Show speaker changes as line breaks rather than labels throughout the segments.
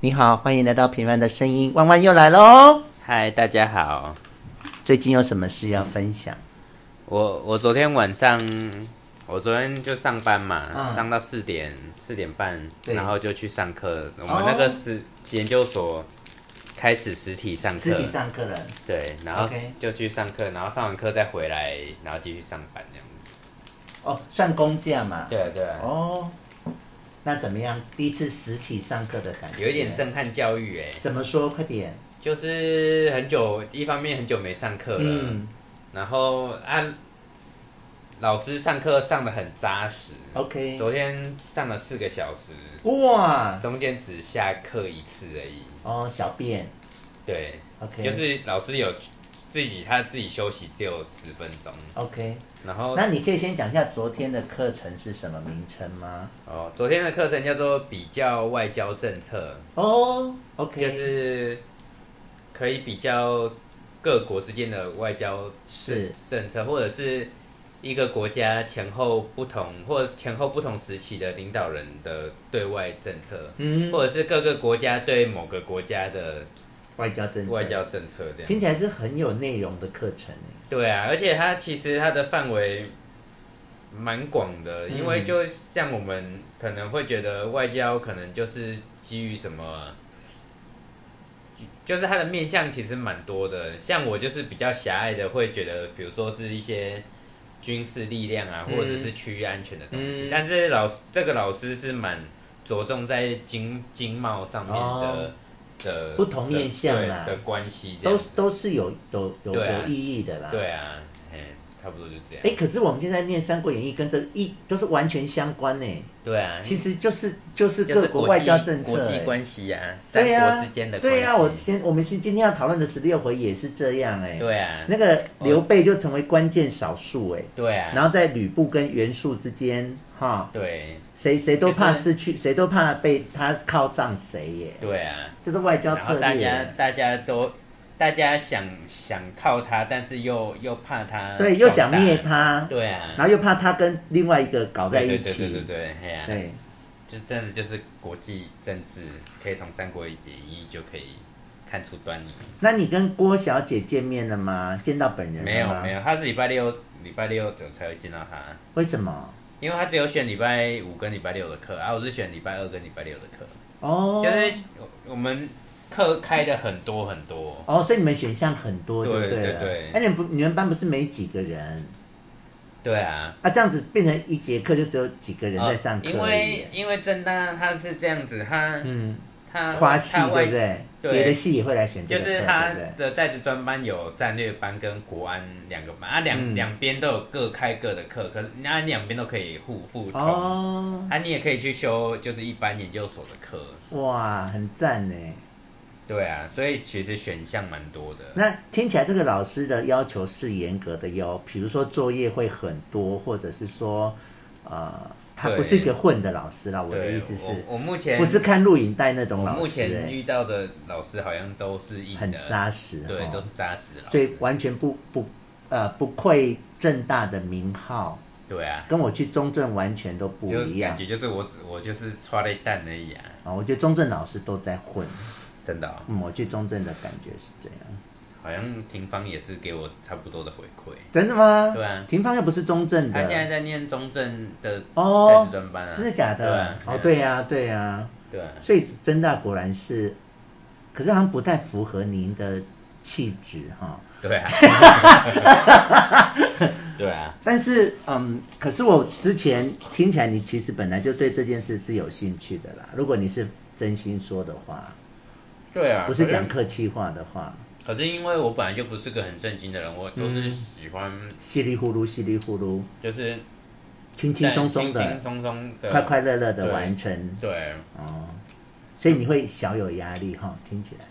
你好，欢迎来到《平凡的声音》，弯弯又来喽。
嗨，大家好，
最近有什么事要分享？
我我昨天晚上，我昨天就上班嘛，上到四点四点半，
嗯对哦
然后就去上课。我们那个是研究所开始实体上课，
实体上课了，
对，然后
OK
就去上课，然后上完课再回来，然后继续上班这样子。
哦，算公假嘛。
对啊对啊，
哦，那怎么样？第一次实体上课的感觉
有一点震撼教育哎、
怎么说？快点。
就是很久，一方面很久没上课了，
嗯
然后啊，老师上课上的很扎实。
，OK。
昨天上了四个小时，
哇，
中间只下课一次而已。
哦，小便
对，
，OK，
就是老师有自己他自己休息只有十分钟，
OK。
然后
那你可以先讲一下昨天的课程是什么名称吗？
哦，昨天的课程叫做比较外交政策，
哦，OK，
就是可以比较各国之间的外交
是
政策，或者是一个国家前后不同或前后不同时期的领导人的对外政策，
嗯，
或者是各个国家对某个国家的
外交政策，
外交政策这样。
听起来是很有内容的课程耶
对啊，而且它其实它的范围蛮广的，因
嗯
为就像我们可能会觉得外交可能就是基于什么，就是它的面向其实蛮多的。像我就是比较狭隘的，会觉得比如说是一些军事力量啊，
嗯
或者是区域安全的东西。
嗯
但是老师这个老师是蛮着重在经经贸上面的、
哦
的
不同面向
对
啊
的关系这样
都
子，
是都是有有有
对啊
有意义的啦。
对啊，哎，差不多就这样。
哎，可是我们现在念《三国演义》跟这一都是完全相关呢，
对啊，
其实就是就是
就
各
是
国
际
外交政策
国际
耶。
关系啊，三
对呀
国之间的关系。
对呀，我先我们今今天要讨论的十六回也是这样哎，
对啊，
那个刘备就成为关键少数哎，
对啊，
然后在吕布跟袁术之间哈，
对
谁谁都怕
就是
失去，谁都怕被他靠仗谁耶，
对啊，
这是外交
然
策
后大家
略。
大家都大家想想靠他，但是又又怕他，
对，又想灭，他，
对啊，
然后又怕他跟另外一个搞在一
对对对
起。
对对，哎呀、
对，
就真的就是国际政治，可以从《三国演义》就可以看出端倪。
那你跟郭小姐见面了吗？见到本人
没
了
有
吗？
没
有。
有，他是礼拜六礼拜六我才会见到他。
为什么？
因为他只有选礼拜五跟礼拜六的课，啊，我是选礼拜二跟礼拜六的课，
哦，
就是我们课开的很多很多，
哦，所以你们选项很多就
对
了。
对对
哎、你们不，你们班不是没几个人
对啊，
啊？这样子变成一节课就只有几个人
啊
在上课、啊
因为因为正大他是这样子，他
嗯，
他
跨系
他
对
外
不对？
对
别的系也会来选这
就
个课，
是他
对不对？
的在职专班有战略班跟国安两个班，啊两
嗯
两边都有各开各的课，可是那两边都可以互互通，
哦，
啊你也可以去修就是一般研究所的课，
哇，很赞呢。
对啊，所以其实选项蛮多的。
那听起来这个老师的要求是严格的哟，比如说作业会很多，或者是说，呃，他不是一个混的老师啦。我的
对
意思是，
我我目前
不是看录影带那种
我
老
目
师、
前
欸，
遇到的老师好像都是硬的，
很扎实，
对，
哦
都是扎实的老
所以
师。
完全不不呃不愧正大的名号，
对啊，
跟我去中正完全都不
就
一样
感
啊
觉就是我只我就是刷了一蛋而已啊，、
我觉得中正老师都在混，
真的哦、
嗯，我去中正的感觉是这样，
好像庭芳也是给我差不多的回馈。
真的吗？
对啊
廷芳又不是中正
他现在
的，啊
在念中正的在
哦
职，专班啊，
真的假
对
的
啊？
哦，对呀、对呀、
对啊，
所以真大果然是，可是好像不太符合您的气质哈。
对 啊，对啊，
但是，嗯，可是我之前听起来，你其实本来就对这件事是有兴趣的啦。如果你是真心说的话，
对啊，
不是讲客气话的话，
可是。可是因为我本来就不是个很正经的人，我都是喜欢
稀里呼噜、稀里呼噜、
就是
轻轻松松
轻轻
的、
松松的
快快乐乐的
对
完成
对，啊
哦。所以你会小有压力哈，听起来。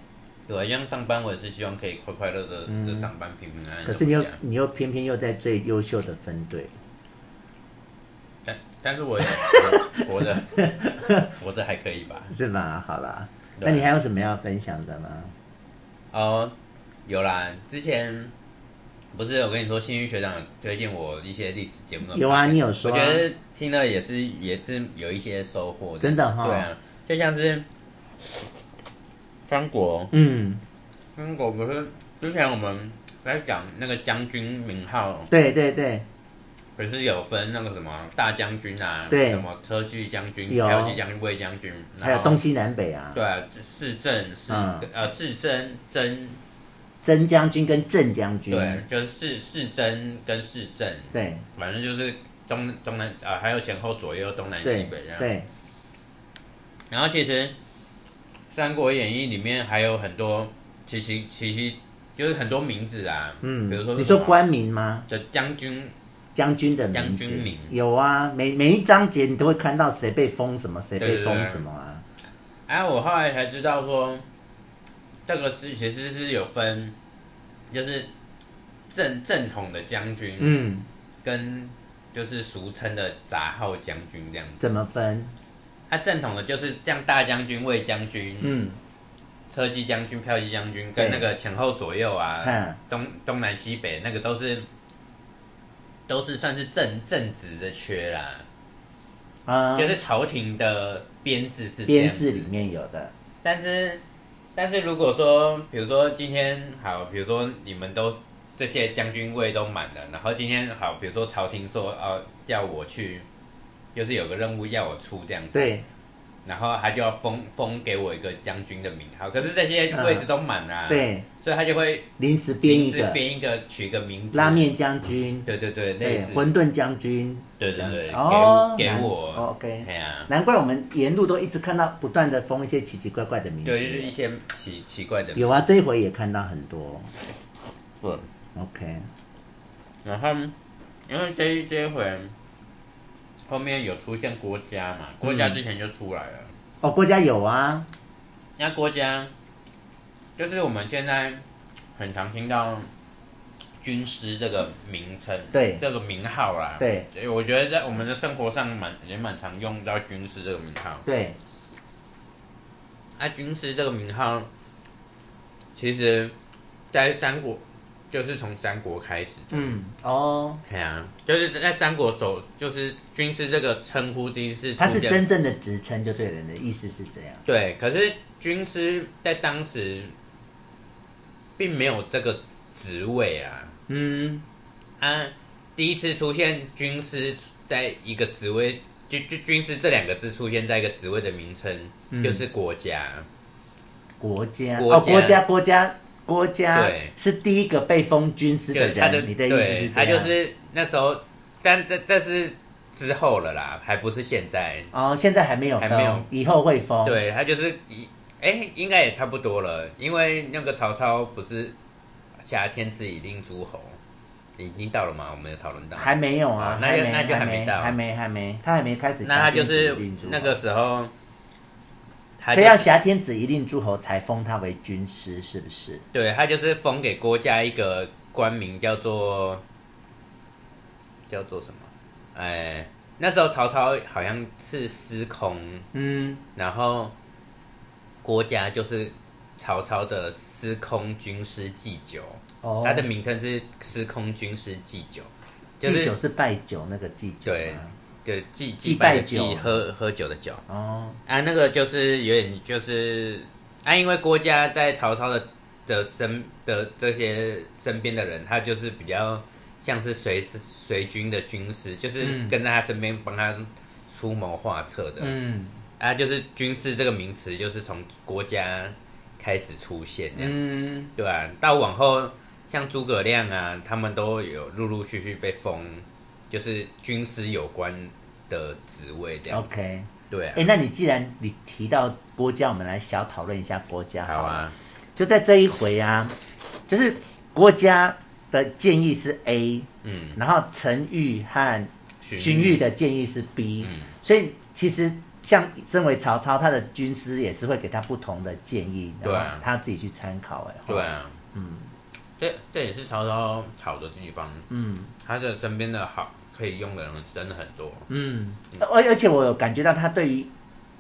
对啊，一样上班，我也是希望可以快快乐乐的上班，平平安安地回家。
嗯可是你又你又偏偏又在最优秀的分队，
但但是我也活着，活着还可以吧？
是吧？好啦，
对
那你还有什么要分享的吗？
哦，有啦，之前不是有跟你说，新宇学长有推荐我一些历史节目的，
有啊，你有说、
我
啊，
觉得听了也是也是有一些收获，
真的哈
对啊，就像是中国，
嗯，
中国不是之前我们在讲那个将军名号，
对对对，
不是有分那个什么大将军啊，
对
什么车骑将军、
有
骠骑将军、卫将军，
还有
然后
东西南北啊，
对啊，市政市、
嗯
呃市政真
真将军跟正将军，
对，就是市市政跟市政，
对
反正就是东东南啊、还有前后左右东南西
对
北这样。
对
然后其实《三国演义》里面还有很多奇奇奇奇，就是很多名字啊，
嗯
比如说，
你说
什么
官名吗？
的将军，
将军的名字
将军名
有啊，每每一章节你都会看到谁被封什么，谁
对对
被
对
封什么啊？
哎、我后来才知道说，这个是其实是有分，就是正正统的将军，
嗯，
跟就是俗称的杂号将军这样子。
怎么分？
他正统的就是像大将军、卫将军、
嗯，
车骑将军、骠骑将军，
对哎
跟那个前后左右啊，
看
东东南西北那个都是都是算是正正职的缺啦，
啊，
就是朝廷的编制是这样
编
子
制里面有的，
但是，但是如果说，比如说今天好，比如说你们都这些将军位都满了，然后今天好，比如说朝廷说哦叫我去，就是有个任务要我出这样子，，
对，
然后他就要封封给我一个将军的名号，可是这些位置都满了、
嗯
啊
对，
所以他就会
临时编一
临时
个
编一个取一个名字，
拉，面将军，
对对对，类
对，
似，
混沌将军，
对
这
对
样子
对，
哦，
给我
难
给我，
，OK，
哎呀、
难怪我们沿路都一直看到不断的封一些奇奇怪怪的名
对，就是一
字，
些奇奇怪的，
有啊，这一回也看到很多
对。
，OK，
然后，因为这一这一回后面有出现郭嘉嘛，郭嘉之前就出来了。
哦，郭家有啊，
那郭嘉就是我们现在很常听到军师这个名称，
对
这个名号啦。
对
所以我觉得在我们的生活上蛮也蛮常用到军师这个名号。
对，
啊，军师这个名号，其实，在三国就是从三国开始的。
嗯，哦，
对啊，就是在三国首，就是军师这个称呼第一次出
他
现，
是真正的职称，就对人的意思是这样。
对，可是军师在当时并没有这个职位啊，
嗯，
啊，第一次出现军师在一个职位，就就军师这两个字出现在一个职位的名称，就是国家，
国家哦，
国家
国家国家国家
对
是第一个被封军师的
对，他的
人，你的意思
对
是这
他
样？
就是那时候，但这这是之后了啦，还不是现在，
哦，现在还没有封，
还没有
以后会封。
对他就是一，哎、应该也差不多了，因为那个曹操不是挟天子以令诸侯，已经到了吗？我们有讨论到。
还没有啊
哦，那
还
就
没，
那就
还
还没到
还没，还没，他还没开始
那他
查
就
天子
是
一令诸侯。
那个时候，他
所
就
以要挟天子一令诸侯才封他为军师，是不是？
对他就是封给郭嘉一个官名，叫做叫做什么？哎、那时候曹操好像是司空，
嗯，
然后郭嘉就是曹操的司空军师祭酒。
哦，
它的名称是司空军师祭酒，就
祭
是
酒是拜酒那个祭酒
对
吗
对祭
祭
祭拜
拜
的祭
酒
喝喝酒的酒
哦，
啊，那个就是有点就是啊，因为郭嘉在曹操的的身的这些身边的人，他就是比较像是随随军的军师，就是
嗯
跟在他身边帮他出谋划策的、
嗯
啊，就是军师这个名词就是从郭嘉开始出现这样
嗯，
对啊，到往后像诸葛亮啊，他们都有陆陆续续被封，就是军师有关的职位这样。
，OK。
对啊
哎、，那你既然你提到郭嘉，我们来小讨论一下郭嘉。
好，啊，
就在这一回啊，就是郭嘉的建议是 A，
嗯，
然后陈玉和哦荀彧的建议是 B，、
嗯
所以其实像身为曹操，他的军师也是会给他不同的建议，
对啊
然后他自己去参考。哎，
对，啊，嗯，这这也是曹操好的地方，
嗯
他的身边的好可以用的人真的很多，
嗯，而而且我有感觉到他对于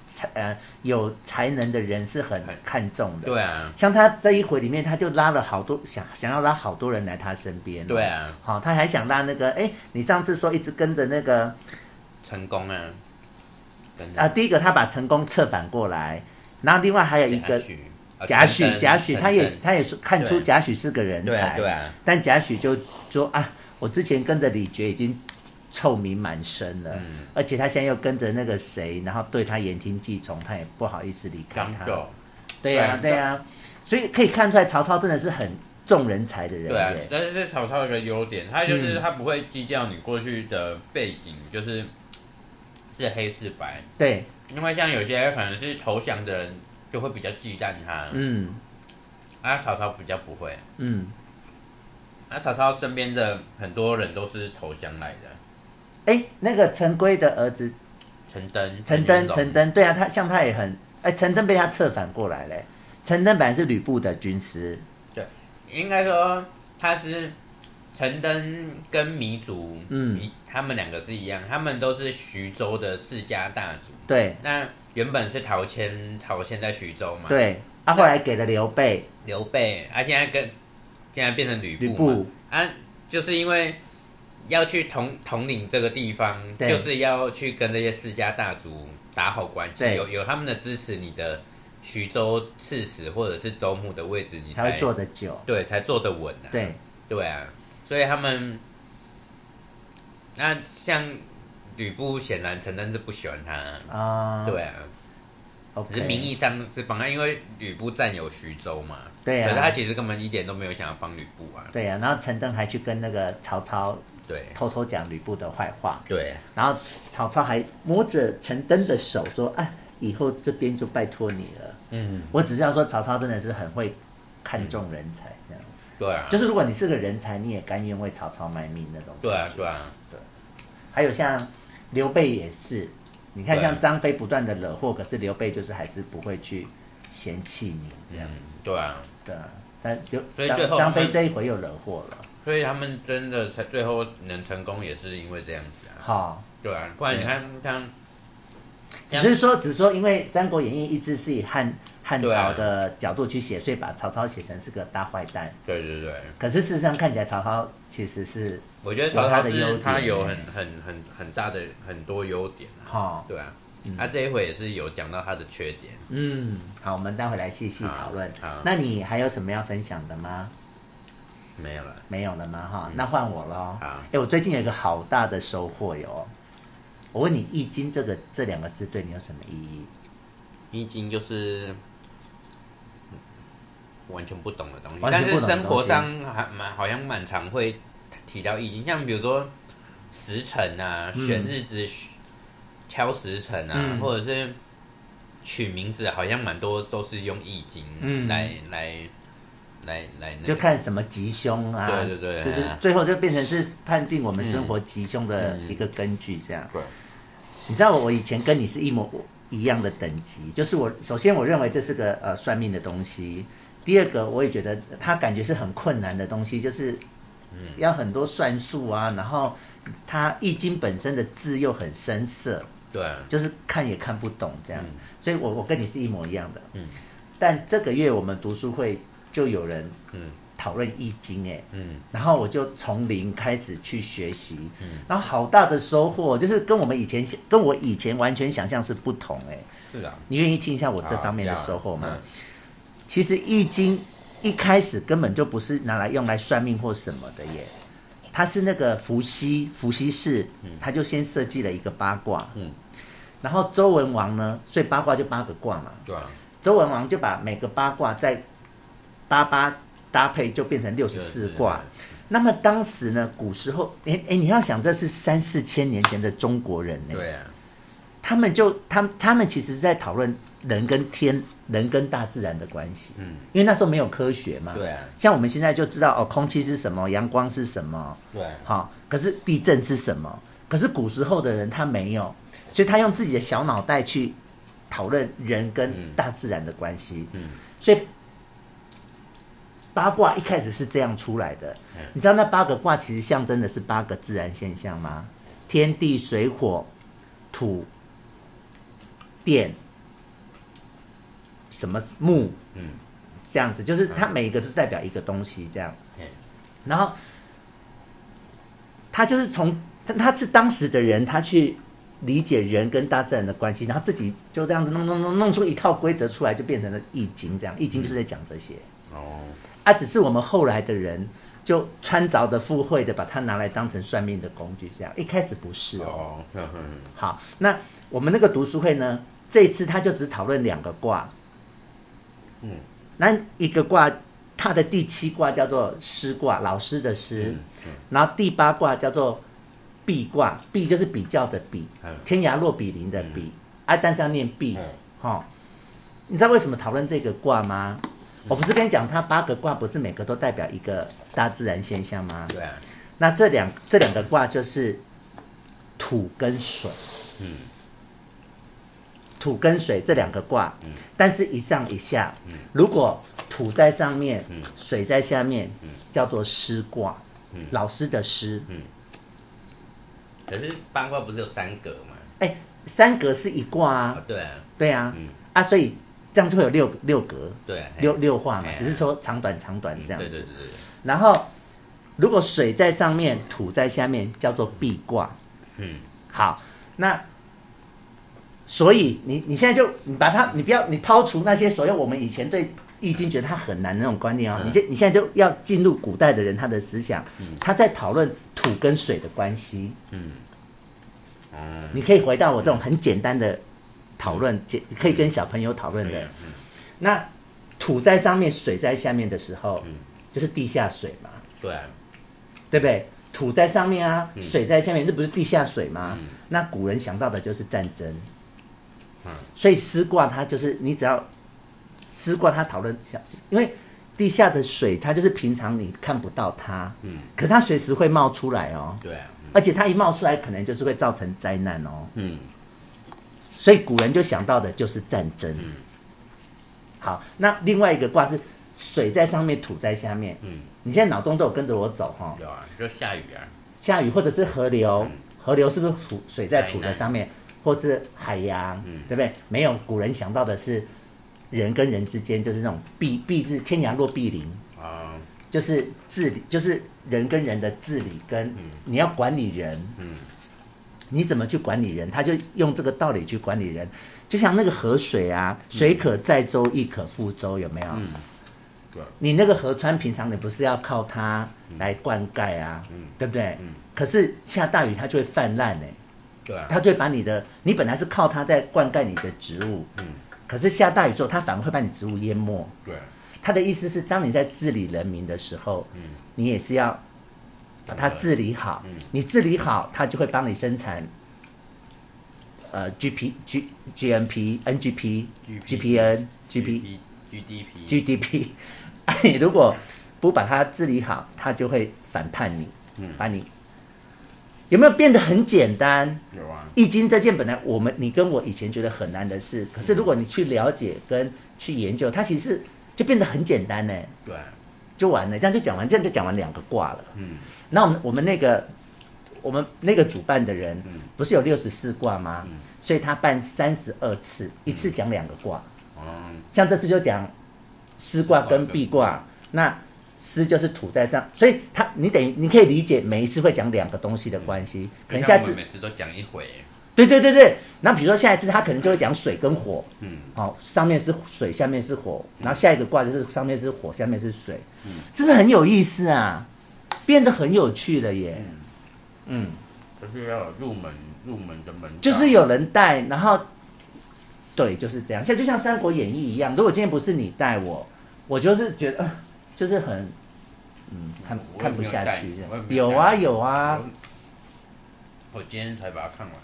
才呃有才能的人是很
很
看重的。
对啊，
像他这一回里面，他就拉了好多想想要拉好多人来他身边、哦
对，啊，
好、他还想拉那个，哎，你上次说一直跟着那个
成功啊，真
啊，
的
第一个他把成功策反过来，然后另外还有一
贾
个
诩啊，呃
贾诩
陈登
贾诩
陈
他也
登
他也是看出
对
贾诩是个人
对啊
才，
对啊，
但贾诩就说啊，我之前跟着李觉已经臭名蛮深了，而且他现在又跟着那个谁，然后对他言听计从，他也不好意思离开
刚
他。
够，
对呀、
对
对呀、所以可以看出来曹操真的是很重人才的人
对啊
耶。，
但是这曹操有个优点，他
嗯
就是他不会计较你过去的背景，就是是黑是白，
对，
因为像有些可能是投降的人就会比较忌惮他，
嗯
啊，曹操比较不会，
嗯，
啊，曹操身边的很多人都是投降来的，
哎，那个陈规的儿子
陈登、
陈登，
云龙
陈，登，对啊，他像他也很，哎，陈登被他策反过来嘞。陈登本来是吕布的军师，
应该说他是陈登跟糜竺，
嗯
一，他们两个是一样，他们都是徐州的世家大族，
对
那原本是陶谦，陶谦在徐州嘛，
对，啊，后来给了刘备、
刘备，啊，现在跟现在变成吕
吕
布嘛，
布，
啊，就是因为要去统统领这个地方，
对
就是要去跟这些世家大族打好关系，
对
有有他们的支持，你的徐州刺史或者是州牧的位置，你
才会做得久。
对才坐得稳啊，
对，
对啊，所以他们那像吕布显然承认是不喜欢他啊，
啊、
对啊，
，OK，
可是名义上是帮他，因为吕布占有徐州嘛。
对
可是他
啊，
其实根本一点都没有想要帮吕布啊。
对啊，然后陈登还去跟那个曹操
对
偷偷讲吕布的坏话，
对
然后曹操还摸着陈登的手说：“哎，以后这边就拜托你了。”
嗯，
我只是要说，曹操真的是很会看重人才，这样、
对啊，
就是如果你是个人才，你也甘愿为曹操卖命那种。
对啊对啊，
还有像刘备也是，你看
对啊
像张飞不断的惹祸，可是刘备就是还是不会去嫌弃你这样
嗯，对啊，
的。但刘
所以最
张
后
张飞
他们
这一回又惹祸了，
所以他们真的才最后能成功，也是因为这样子啊。
好。
对啊，不然你看像
只是说，只是说，因为《三国演义》一直是以汉汉
对啊
朝的角度去写，所以把曹操写成是个大坏蛋。
对对对，
可是事实上看起来，曹操其实是
我觉得
有
曹
他
操
的优
是
点
他有很很很很大的很多优点啊。
哈、
对啊，他这一回也是有讲到他的缺点。
嗯，好，我们待会来细细讨论
好好。
那你还有什么要分享的吗？
没有了，
没有了吗？哈，那换我喽。
嗯好
哎，我最近有一个好大的收获哟。我问你，《易经》这个这两个字对你有什么意义？
易经就是。嗯完全不懂的东西，
完全
但
不
是
懂的
生活
东西
上还蛮好像蛮常会提到易经，像比如说时辰啊、
嗯
选日子、挑时辰啊，
嗯
或者是取名字，啊好像蛮多都是用易经
嗯
来、来来来、那个，
就看什么吉凶啊，
嗯对对对嗯
就是
哎
最后就变成是判定我们生活吉凶的一个根据这样。
对，
你知道我以前跟你是一模一样的等级，就是我首先我认为这是个呃算命的东西，第二个我也觉得它感觉是很困难的东西，就是
嗯
要很多算术啊，然后它易经本身的字又很深涩，
对啊，
就是看也看不懂这样，
嗯
所以我我跟你是一模一样的。
嗯，
但这个月我们读书会就有人
嗯
讨论易经哎、
嗯
然后我就从零开始去学习，
嗯
然后好大的收获，就是跟我们以前跟我以前完全想象是不同哎、
是啊，
你愿意听一下我这方面的收获吗？其实《易经》一开始根本就不是拿来用来算命或什么的耶，它是那个伏羲，伏羲氏，他就先设计了一个八卦，
嗯
然后周文王呢，所以八卦就八个卦嘛，
对啊，
周文王就把每个八卦在八八搭配，就变成六十
就是
四嗯卦。那么当时呢，古时候，哎哎，你要想，这是三四千年前的中国人呢，
对啊，
他们就他他们其实是在讨论人跟天、人跟大自然的关系，
嗯，
因为那时候没有科学嘛，
对啊，
像我们现在就知道哦，空气是什么，阳光是什么，
对啊，
好、可是地震是什么？可是古时候的人他没有，所以他用自己的小脑袋去讨论人跟
嗯
大自然的关系，
嗯
所以八卦一开始是这样出来的
嗯。
你知道那八个卦其实象征的是八个自然现象吗？天地水火土电什么木
嗯
这样子，就是它每一个都是代表一个东西这样
嗯。
然后他就是从他他是当时的人，他去理解人跟大自然的关系，然后自己就这样子弄弄弄弄出一套规则出来，就变成了《易经》这样，《易经》就是在讲这些
哦，
啊，只是我们后来的人就穿着的附会的把它拿来当成算命的工具，这样一开始不是哦。
哦，呵呵呵
好，那我们那个读书会呢，这一次他就只讨论两个卦，
嗯，
那一个卦它的第七卦叫做师卦，老师的师，
嗯
然后第八卦叫做比卦，比就是比较的比，
嗯
天涯若比邻的比，啊，但是要念比，
嗯
哈、你知道为什么讨论这个卦吗？我不是跟你讲，它八个卦不是每个都代表一个大自然现象吗？
对啊，
那这两这两个卦就是土跟水，
嗯，
土跟水这两个卦，
嗯
但是一上一下，
嗯
如果土在上面，
嗯
水在下面，
嗯
叫做师卦，
嗯
老师的师。
可是八卦不是有三格吗？
哎，三格是一卦啊
啊，，对啊，
对啊，
嗯
啊，所以这样就会有六六格，
对啊，嘿
六六画嘛
哎，呀
只是说长短长短这样
对对
子。
对对，对
然后如果水在上面，土在下面，叫做壁卦。
嗯，
好，那所以你你现在就你把它，你不要你抛除那些所有我们以前对易经觉得它很难的那种观念哦，
嗯
你现你现在就要进入古代的人他的思想，他在讨论土跟水的关系。
嗯，哦，
你可以回到我这种很简单的讨论，简可以跟小朋友讨论
对
的
啊。，嗯
那土在上面，水在下面的时候
嗯，
就是地下水嘛，
对啊，
对不对？土在上面啊，水在下面，这不是地下水吗？那古人想到的就是战争。
嗯
所以丝卦它就是你只要丝卦它讨论想，因为地下的水它就是平常你看不到它，
嗯，
可是它随时会冒出来哦，
对啊，嗯
而且它一冒出来可能就是会造成灾难哦，
嗯，
所以古人就想到的就是战争。好，那另外一个卦是水在上面，土在下面，
嗯，
你现在脑中都有跟着我走哈、哦，
有啊，就下雨啊，
下雨或者是河流，河流是不是土水在
灾
土的
难
上面，或是海洋，
嗯
对不对？没有古人想到的是，人跟人之间就是那种必必是天涯若必邻，
哦，
就是治理，就是人跟人的治理跟你要管理人，
嗯
你怎么去管理人，他就用这个道理去管理人。就像那个河水啊，水可载舟，亦可覆舟，有没有？
嗯对
你那个河川平常你不是要靠它来灌溉啊，
嗯
对不对？
嗯
可是下大雨它就会泛滥哎、
对啊，
它就会把你的，你本来是靠它在灌溉你的植物，
嗯
可是下大雨之后，它反而会把你植物淹没。
对啊，
他的意思是，当你在治理人民的时候，
嗯
你也是要把它治理好。
嗯
你治理好，它就会帮你生产呃 G P G G N P N G P G P N G P
G D P
G D P。啊 你如果不把它治理好，它就会反叛你，把你有没有变得很简单？
有啊，
易经这件本来我们你跟我以前觉得很难的事，可是如果你去了解跟去研究，它其实就变得很简单呢，
对啊，
就完了，这样就讲完，这样就讲完两个卦了。
嗯
那我们我们那个我们那个主办的人
嗯
不是有六十四卦吗？所以他办三十二次，一次讲两个卦，
哦，
像这次就讲师嗯卦跟壁卦，那师就是土在上，所以他你等于你可以理解每一次会讲两个东西的关系，嗯可能
就像
下
我
次
们每次都讲一回，
对对对对，那比如说下一次他可能就会讲水跟火，
嗯，
好、哦上面是水，下面是火，然后下一个卦就是上面是火，下面是水，是不是很有意思啊？变得很有趣了耶，嗯，
就是要有入门入门的门道，
就是有人带，然后对，就是这样。现在就像《三国演义》一样，如果今天不是你带我，我就是觉得、呃就是很，嗯，看
我也
看不下
没有带
去
你我也。没有
有
带
啊
你
有啊，
我，我今天才把它看完，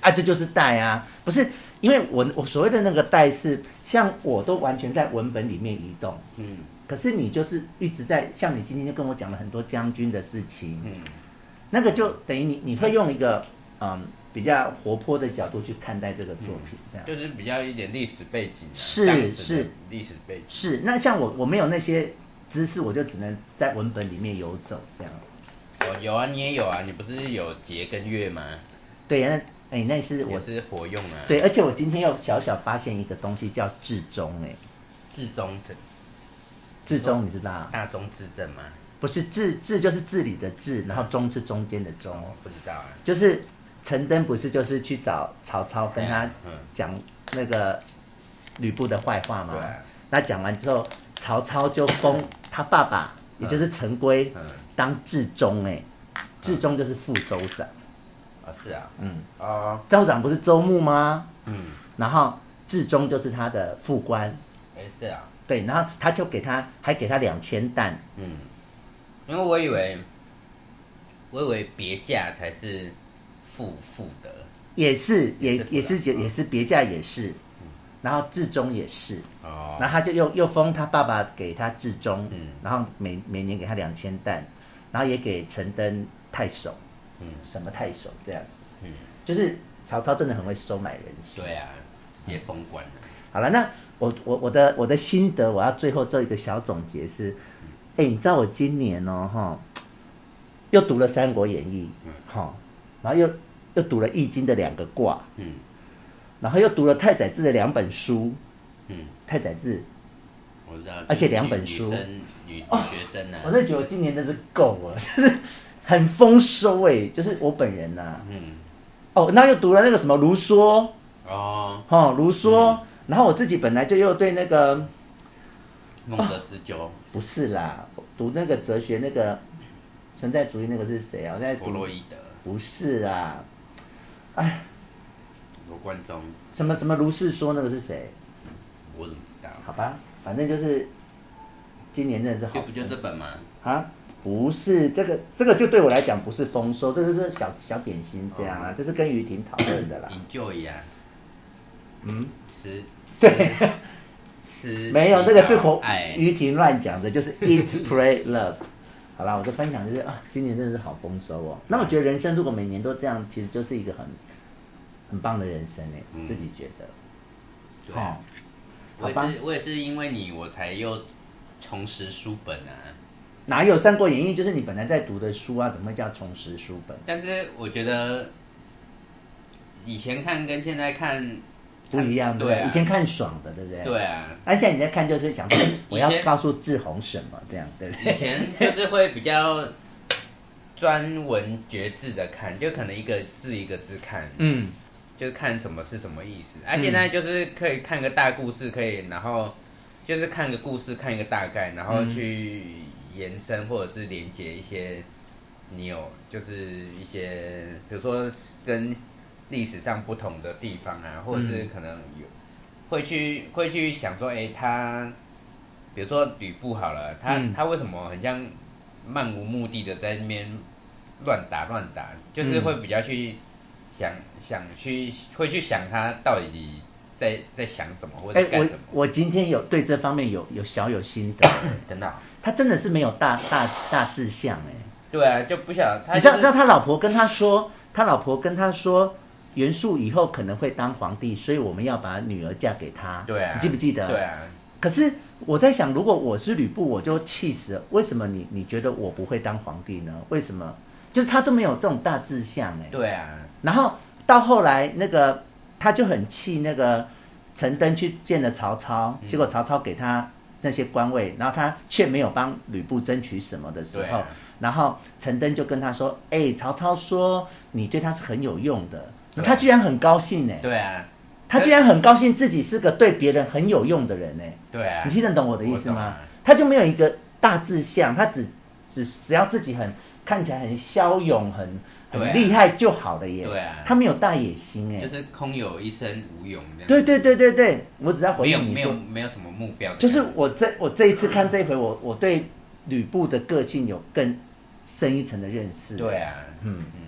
啊，这就是带啊，不是因为我我所谓的那个带是像我都完全在文本里面移动，
嗯
可是你就是一直在像你今天就跟我讲了很多将军的事情，
嗯
那个就等于你你会用一个嗯比较活泼的角度去看待这个作品，这样
就是比较一点历史背景、啊，
是
当时的
是
历史背景，
是那像我我没有那些知识，我就只能在文本里面游走这样。
哦，有啊，你也有啊，你不是有节跟月吗？
对，那哎、那是
也
我
是活用啊，，
对，而且我今天又小小发现一个东西叫至中哎、
至中整
至中你知道吗？
大中至正吗？
不是治治就是治理的治，然后中是中间的中，
哦我不知道啊，
就是陈登不是就是去找曹操跟他
嗯，
讲那个吕布的坏话吗
对？啊，
那讲完之后，曹操就封他爸爸，也就是陈规
嗯，
当至中、欸，哎，至中就是副州长，
啊是啊，
嗯，
哦，
州长不是周牧吗？
嗯，
然后至中就是他的副官，
哎是啊，
对，然后他就给他还给他两千担，
嗯，因为我以为，我以为别驾才是负负的，
也是也也
也
是
是
也
副长嗯
也是别驾也是，然后至中也是，
哦
然后他就又又封他爸爸给他至中，
嗯
然后每每年给他两千担，然后也给陈登太守，
嗯
什么太守这样子，
嗯
就是曹操真的很会收买人心。
对啊，也封官了，
好了，那我我我的我的心得，我要最后做一个小总结是，哎、你知道我今年哦哈，又读了《三国演义》，
嗯
哈，然后又又读了《易经》的两个卦，
嗯
然后又读了太宰治的两本书，
嗯，
太宰治，
我知道，
而且
就是
两本
女
书哦
女生女女学生啊呢、
我真的觉得我今年真是够了， 就是很丰收哎、就是我本人呐、啊
嗯，
哦，那又读了那个什么卢梭，
哦，
哈，卢梭，然后我自己本来就又对那个。
孟德斯鸠、
不是啦，读那个哲学那个存在主义那个是谁啊？我在
弗洛
读
伊德、
不是啊啦，
罗贯中，
什么什么卢氏说那个是谁？
我怎么知道？
好吧，反正就是今年真的是
就
好
不就这本吗？
啊，不是这个这个就对我来讲不是丰收，这就是小小点心这
哦
样啊，这是跟于婷讨论的啦。
引咎一样，
嗯，
啊吃吃
对，
吃，
没有那个是红 嗯
哎，
于婷乱讲的，就是 eat pray love。好啦，我的分享就是啊，今年真的是好丰收哦。那我觉得人生如果每年都这样，其实就是一个很很棒的人生哎、
嗯
自己觉得。
对
哦
啊，我也
好吧
是我也是因为你我才又重拾书本啊。
哪有《三国演义》就是你本来在读的书啊？怎么会叫重拾书本？
但是我觉得以前看跟现在看，
不一样，对不
对啊
以前看爽的，对不对？。
对啊，
那、现在你在看，就是想说我要告诉志宏什么，这样对不
以
对？
前就是会比较专文绝字的看，就可能一个字一个字看，
嗯，
就看什么是什么意思。啊，现在就是可以看个大故事，可以然后就是看个故事，看一个大概，然后去延伸或者是连接一些你有就是一些，比如说跟历史上不同的地方
嗯
啊，或者是可能有会去会去想说，哎、他比如说吕布好了，他、
嗯
他为什么很像漫无目的的在那边乱打乱打，就是
嗯
会比较去想、想去会去想他到底在在想什么或
哎、
者干
我
什 么，
我今天有对这方面有有小有心得，
真的哦、
他真的是没有大大大志向哎、
对啊，就不想他
你知
就
道，那
是
他老婆跟他说，他老婆跟他说，袁术以后可能会当皇帝，所以我们要把女儿嫁给他。
对啊
你记不记得？
对。啊，
可是我在想，如果我是吕布，我就气死了。为什么你你觉得我不会当皇帝呢？为什么？就是他都没有这种大志向哎、
对啊，
然后到后来，那个他就很气那个陈登去见了曹操，
嗯
结果曹操给他那些官位，然后他却没有帮吕布争取什么的时
对
候，
啊
然后陈登就跟他说：“哎、曹操说你对他是很有用的。”
对啊
他居然很高兴呢、
对啊，
他居然很高兴自己是个对别人很有用的人呢、
对啊
你，听得懂我的意思
我懂
吗
啊？
他就没有一个大志向，他只只只要自己很看起来很骁勇、很
对
很
啊
厉害就好了耶。
对啊
他没有大野心哎、
就是空有一身无用这样，
对对，对对对，我只要回
没有
应你
没有
说，
没有什么目标的感
就
觉，
是我这我这一次看这一回，我我对吕布的个性有更深一层的认识。
对啊，
嗯
嗯，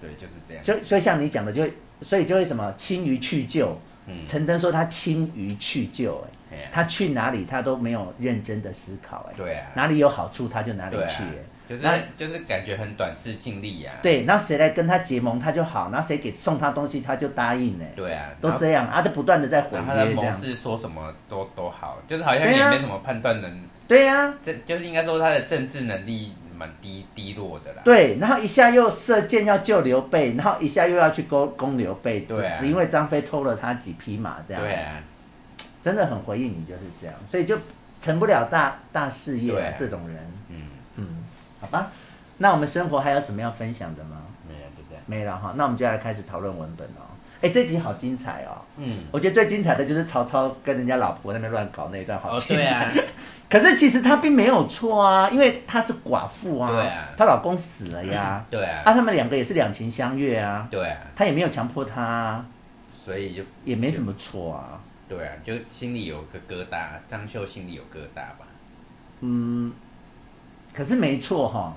对，就是这样，
所以所以像你讲的就会，所以就会什么轻于去就。
嗯，
陈登说他轻于去就、哎，
哎呀
他去哪里他都没有认真的思考、哎，
对啊，
哪里有好处他就哪里
对
去、
啊
哎。
就是
那
就是感觉很短视尽力呀、啊，
对，然后谁来跟他结盟，他就好；然后谁给送他东西，他就答应呢、
对啊，
都这样，啊，都不断的在毁
然后。然后他的
约这
谋
样。
士说什么都都好，就是好像
对
也
啊
没什么判断能，
对呀、啊，
这就是应该说他的政治能力蛮低低落的啦。
对，然后一下又射箭要救刘备，然后一下又要去攻攻刘备，只、
对啊
只因为张飞偷了他几匹马这样。
对啊，
真的很回应你就是这样，所以就成不了大大事业、
对啊
这种人，
嗯，
好吧？那我们生活还有什么要分享的吗？
啊没有就这样。
没了哈，那我们就来开始讨论文本哦。哎，这集好精彩哦！
嗯，
我觉得最精彩的就是曹操跟人家老婆那边乱搞那一段，好
哦，
精
对
彩。
啊，
可是其实她并没有错啊，因为她是寡妇啊，
对啊
她老公死了呀，
对啊，
啊，他们两个也是两情相悦啊，
对啊，
她也没有强迫他、啊，
所以就
也没什么错啊。
对啊，就心里有个疙瘩，张秀心里有疙瘩吧。
可是没错哈、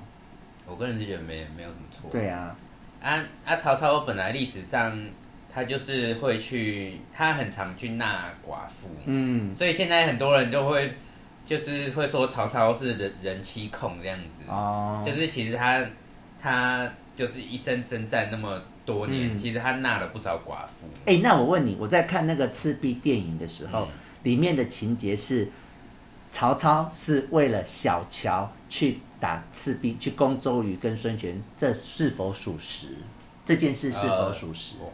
我个人是觉得没没有什么错。
对啊，
啊啊，曹操本来历史上他就是会去，他很常去纳寡妇，
嗯，
所以现在很多人都会就是会说曹操是人人妻控这样子，
哦，
就是其实他他就是一生征战那么多年，
嗯
其实他纳了不少寡妇。
哎、那我问你，我在看那个赤壁电影的时候，
嗯
里面的情节是曹操是为了小乔去打赤壁，去攻周瑜跟孙权，这是否属实？这件事是否属实？
呃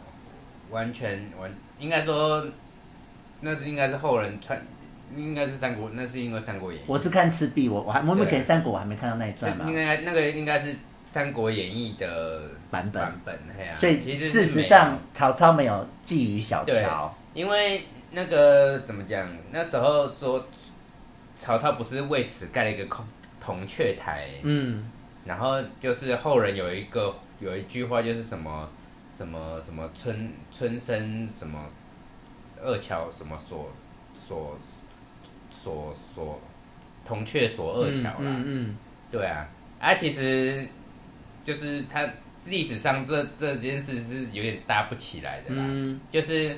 完全完，应该说那是应该是后人传，应该是三国，那是因为《三国演义》
我是看赤壁，我我还我目前
对
三国我还没看到那一
呃是
段嘛
应，该那个应该是《三国演义》的
版本
版本，嘿啊
所
其
以
实是
事
没
实
有
上曹操没有觊觎小
对
乔，
因为那个怎么讲，那时候说曹操不是为此盖了一个孔铜雀台，
嗯，
然后就是后人有一个有一句话就是什么什么什么春春生什么二乔什么所所所所铜雀所二哎乔啦，
嗯
对啊，啊其实就是他历史上这这件事是有点搭不起来的啦，
嗯，
就是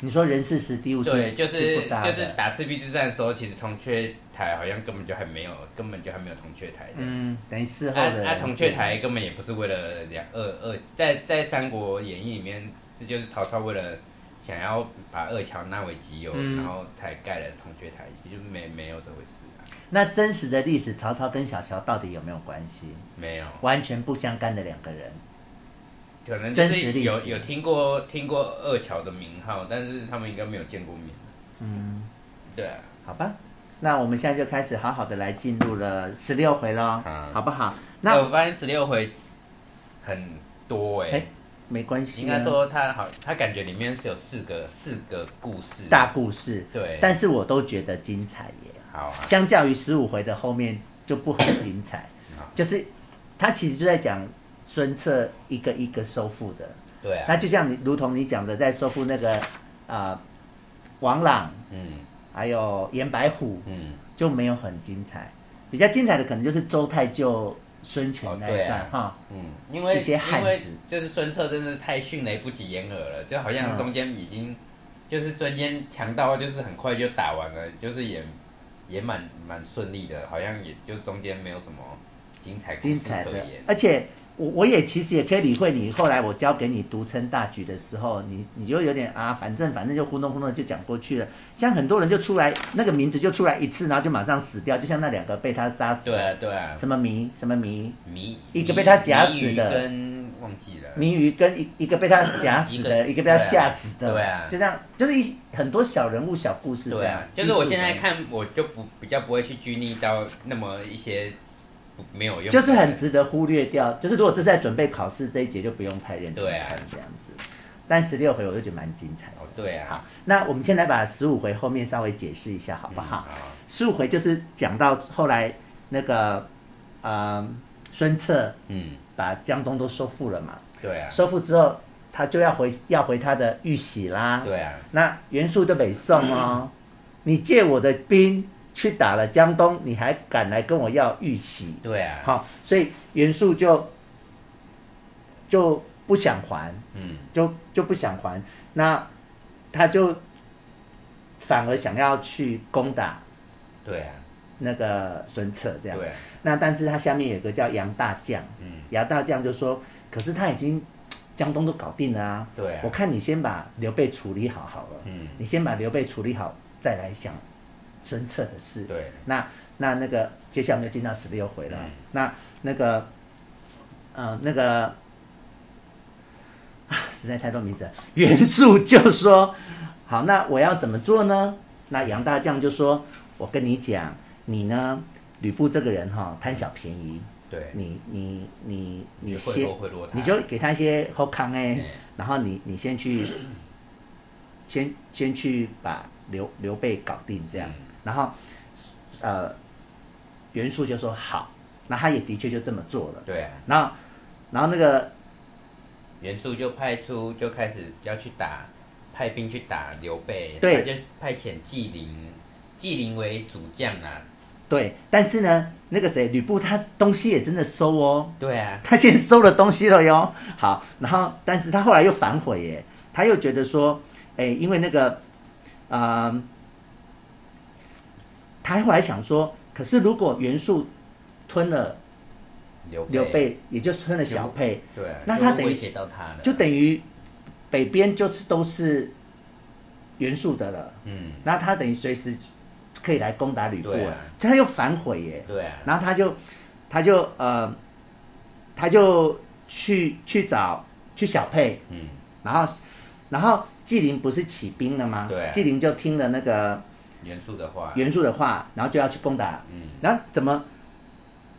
你说人事实地物
对，
是
就是
不搭
就是
的，
打赤壁之战的时候，其实铜雀台好像根本就还没有，根本就还没有铜雀台的。
嗯，等于事后
啊
的
啊！铜雀台根本也不是为了两二二，在在《三国演义》里面，是就是曹操为了想要把二乔纳为己有，
嗯
然后才盖了铜雀台，其实就没没有这回事啊，
那真实的历史，曹操跟小乔到底有没有关系？
没有。
完全不相干的两个人。
可能就
真实
是
历
有
史
有听过听过二乔的名号，但是他们应该没有见过面。嗯，对啊，
好吧，那我们现在就开始好好的来进入了十六回喽，
好呃
好不好？
那
那
我发现十六回很多哎、
哎没关系啊，
应该说他好，他感觉里面是有四个四个故事。
大故事，
对，
但是我都觉得精彩耶。
好啊，
相较于十五回的后面就不很精彩
好，
就是他其实就在讲孙策一个一个收复的，
对啊，
那就像你如同你讲的，在收复那个啊王朗
嗯
还有颜白虎，
嗯，
就没有很精彩。比较精彩的可能就是周泰救孙权那一段
哦
哈、
嗯，因为
一些汉
因为
子
就是孙策真的是太迅雷不及掩耳了，就好像
嗯
中间已经、就是瞬间强到就是很快就打完了，就是也也蛮蛮顺利的，好像也就中间没有什么精彩故
精
事
彩
可
的
言。。
而且我我也其实也可以理会你，后来我交给你独撑大局的时候，你你就有点啊，反正反正就糊弄糊弄就讲过去了。像很多人就出来那个名字就出来一次，然后就马上死掉，就像那两个被他杀死
对
的，
啊对啊，
什么迷什么迷
谜
一个被他夹
谜语
死的
跟忘记了，
谜鱼跟一一个被他夹死
一
的，
个
一个被他吓死的，
对啊
就这样，就是一很多小人物小故事这
对
样
啊。，就是我现在
艺术的
看我就不比较不会去拘泥到那么一些不没有用的，
就是很值得忽略掉。就是如果这是在准备考试这一节，就不用太认真
对啊
看这样子。但十六回我就觉得蛮精彩的。
哦对啊
好，，那我们先来把十五回后面稍微解释一下，好不好？
嗯好
十五、回就是讲到后来那个呃孙策
嗯
把江东都收复了嘛，
对啊
收复之后他就要回要回他的玉玺啦。
对啊
那袁术就北宋哦，你借我的兵去打了江东，你还敢来跟我要玉玺？
对啊，
好，所以袁术就就不想还，
嗯
就就不想还，那他就反而想要去攻打
对啊
那个孙策这样。
对啊，
那但是他下面有个叫杨大将，
嗯
杨大将就说，可是他已经江东都搞定了啊，
对啊
我，看你先把刘备处理好好了，
嗯
你先把刘备处理好，再来想孙策的事。
对，
那那那个接下来我们就进到十六回了。
嗯
那那个，呃，那个啊，实在太多名字 了。袁术就说：“好，那我要怎么做呢？”那杨大将就说：“我跟你讲，你呢，吕布这个人哈、贪小便宜，
对，
你你你你
贿
先
赂贿赂他，
你就给他一些后康哎
嗯，
然后你你先去，先先去把刘刘备搞定这样，
嗯
然后呃，袁术就说好，那他也的确就这么做了，
对啊，
然后然后那个
袁术就派出就开始要去打，派兵去打刘备，
对
他就派遣纪灵，纪灵为主将啊，
对，但是呢，那个谁吕布他东西也真的收哦，
对啊，
他先收了东西了哟。好，然后但是他后来又反悔耶，他又觉得说，哎，因为那个，呃，他后来想说，可是如果袁术吞了
刘备
刘备，也就吞了小沛，
对啊，
那他
就
等于
威胁到他了，
就等于北边就是都是袁术的了，
嗯，
那他等于随时可以来攻打吕布
对啊，
他又反悔耶。
对啊，
然后他就他就呃他就去去找去小沛，
嗯，
然后然后纪灵不是起兵了吗？
对啊
纪灵就听了那个
袁术的话，
袁术的话，然后就要去攻打，
嗯，
然后怎么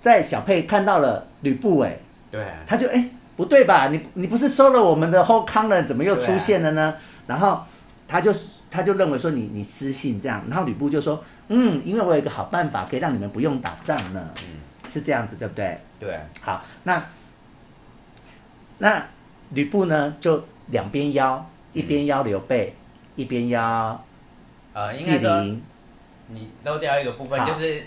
在小沛看到了吕布哎，
对啊，
他就哎不对吧？你你不是收了我们的后康了，怎么又出现了
啊
呢？然后他就他就认为说你你失信这样，然后吕布就说嗯，因为我有一个好办法可以让你们不用打仗呢，
嗯
是这样子对不对？
对啊，
好，那那吕布呢就两边邀，
嗯
一边邀刘备，一边邀
呃，应
纪
该说
灵，
你漏掉一个部分，
好
就是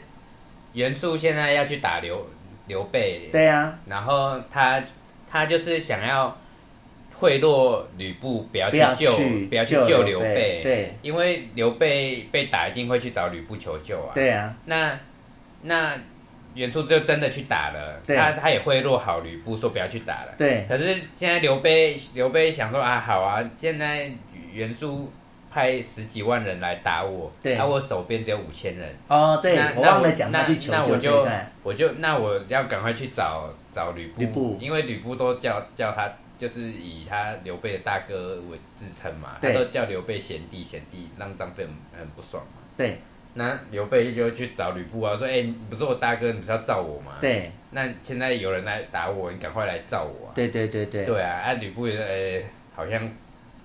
袁术现在要去打刘刘备，
对啊呀、
然后他他就是想要贿赂吕布，不要
不
去
要
救，
去
不要去
救
救
刘
刘
备
备，
对，
因为刘备被打一定会去找吕布求救啊。
对呀、
那那袁术就真的去打了，
对
他他也贿赂好吕布，说不要去打了。
对
可是现在刘备刘备想说啊，好啊，现在袁术派十几万人来打我，
对
啊，我手边只有五千人，
哦，对
那，
我
那
忘了
我
讲
那
他去求
那
救
我
这一
就
段，
我就那我要赶快去找找吕布，
吕布
因为吕布都叫叫他，就是以他刘备的大哥为自称嘛，他
对
都叫刘备贤弟贤弟，让张飞很很不爽嘛。
对
那刘备就去找吕布啊，说：“哎、你不是我大哥，你不是要罩我吗？
对
那现在有人来打我，你赶快来罩我啊！”
对对对对，
对啊，啊，吕布也说：“哎、好像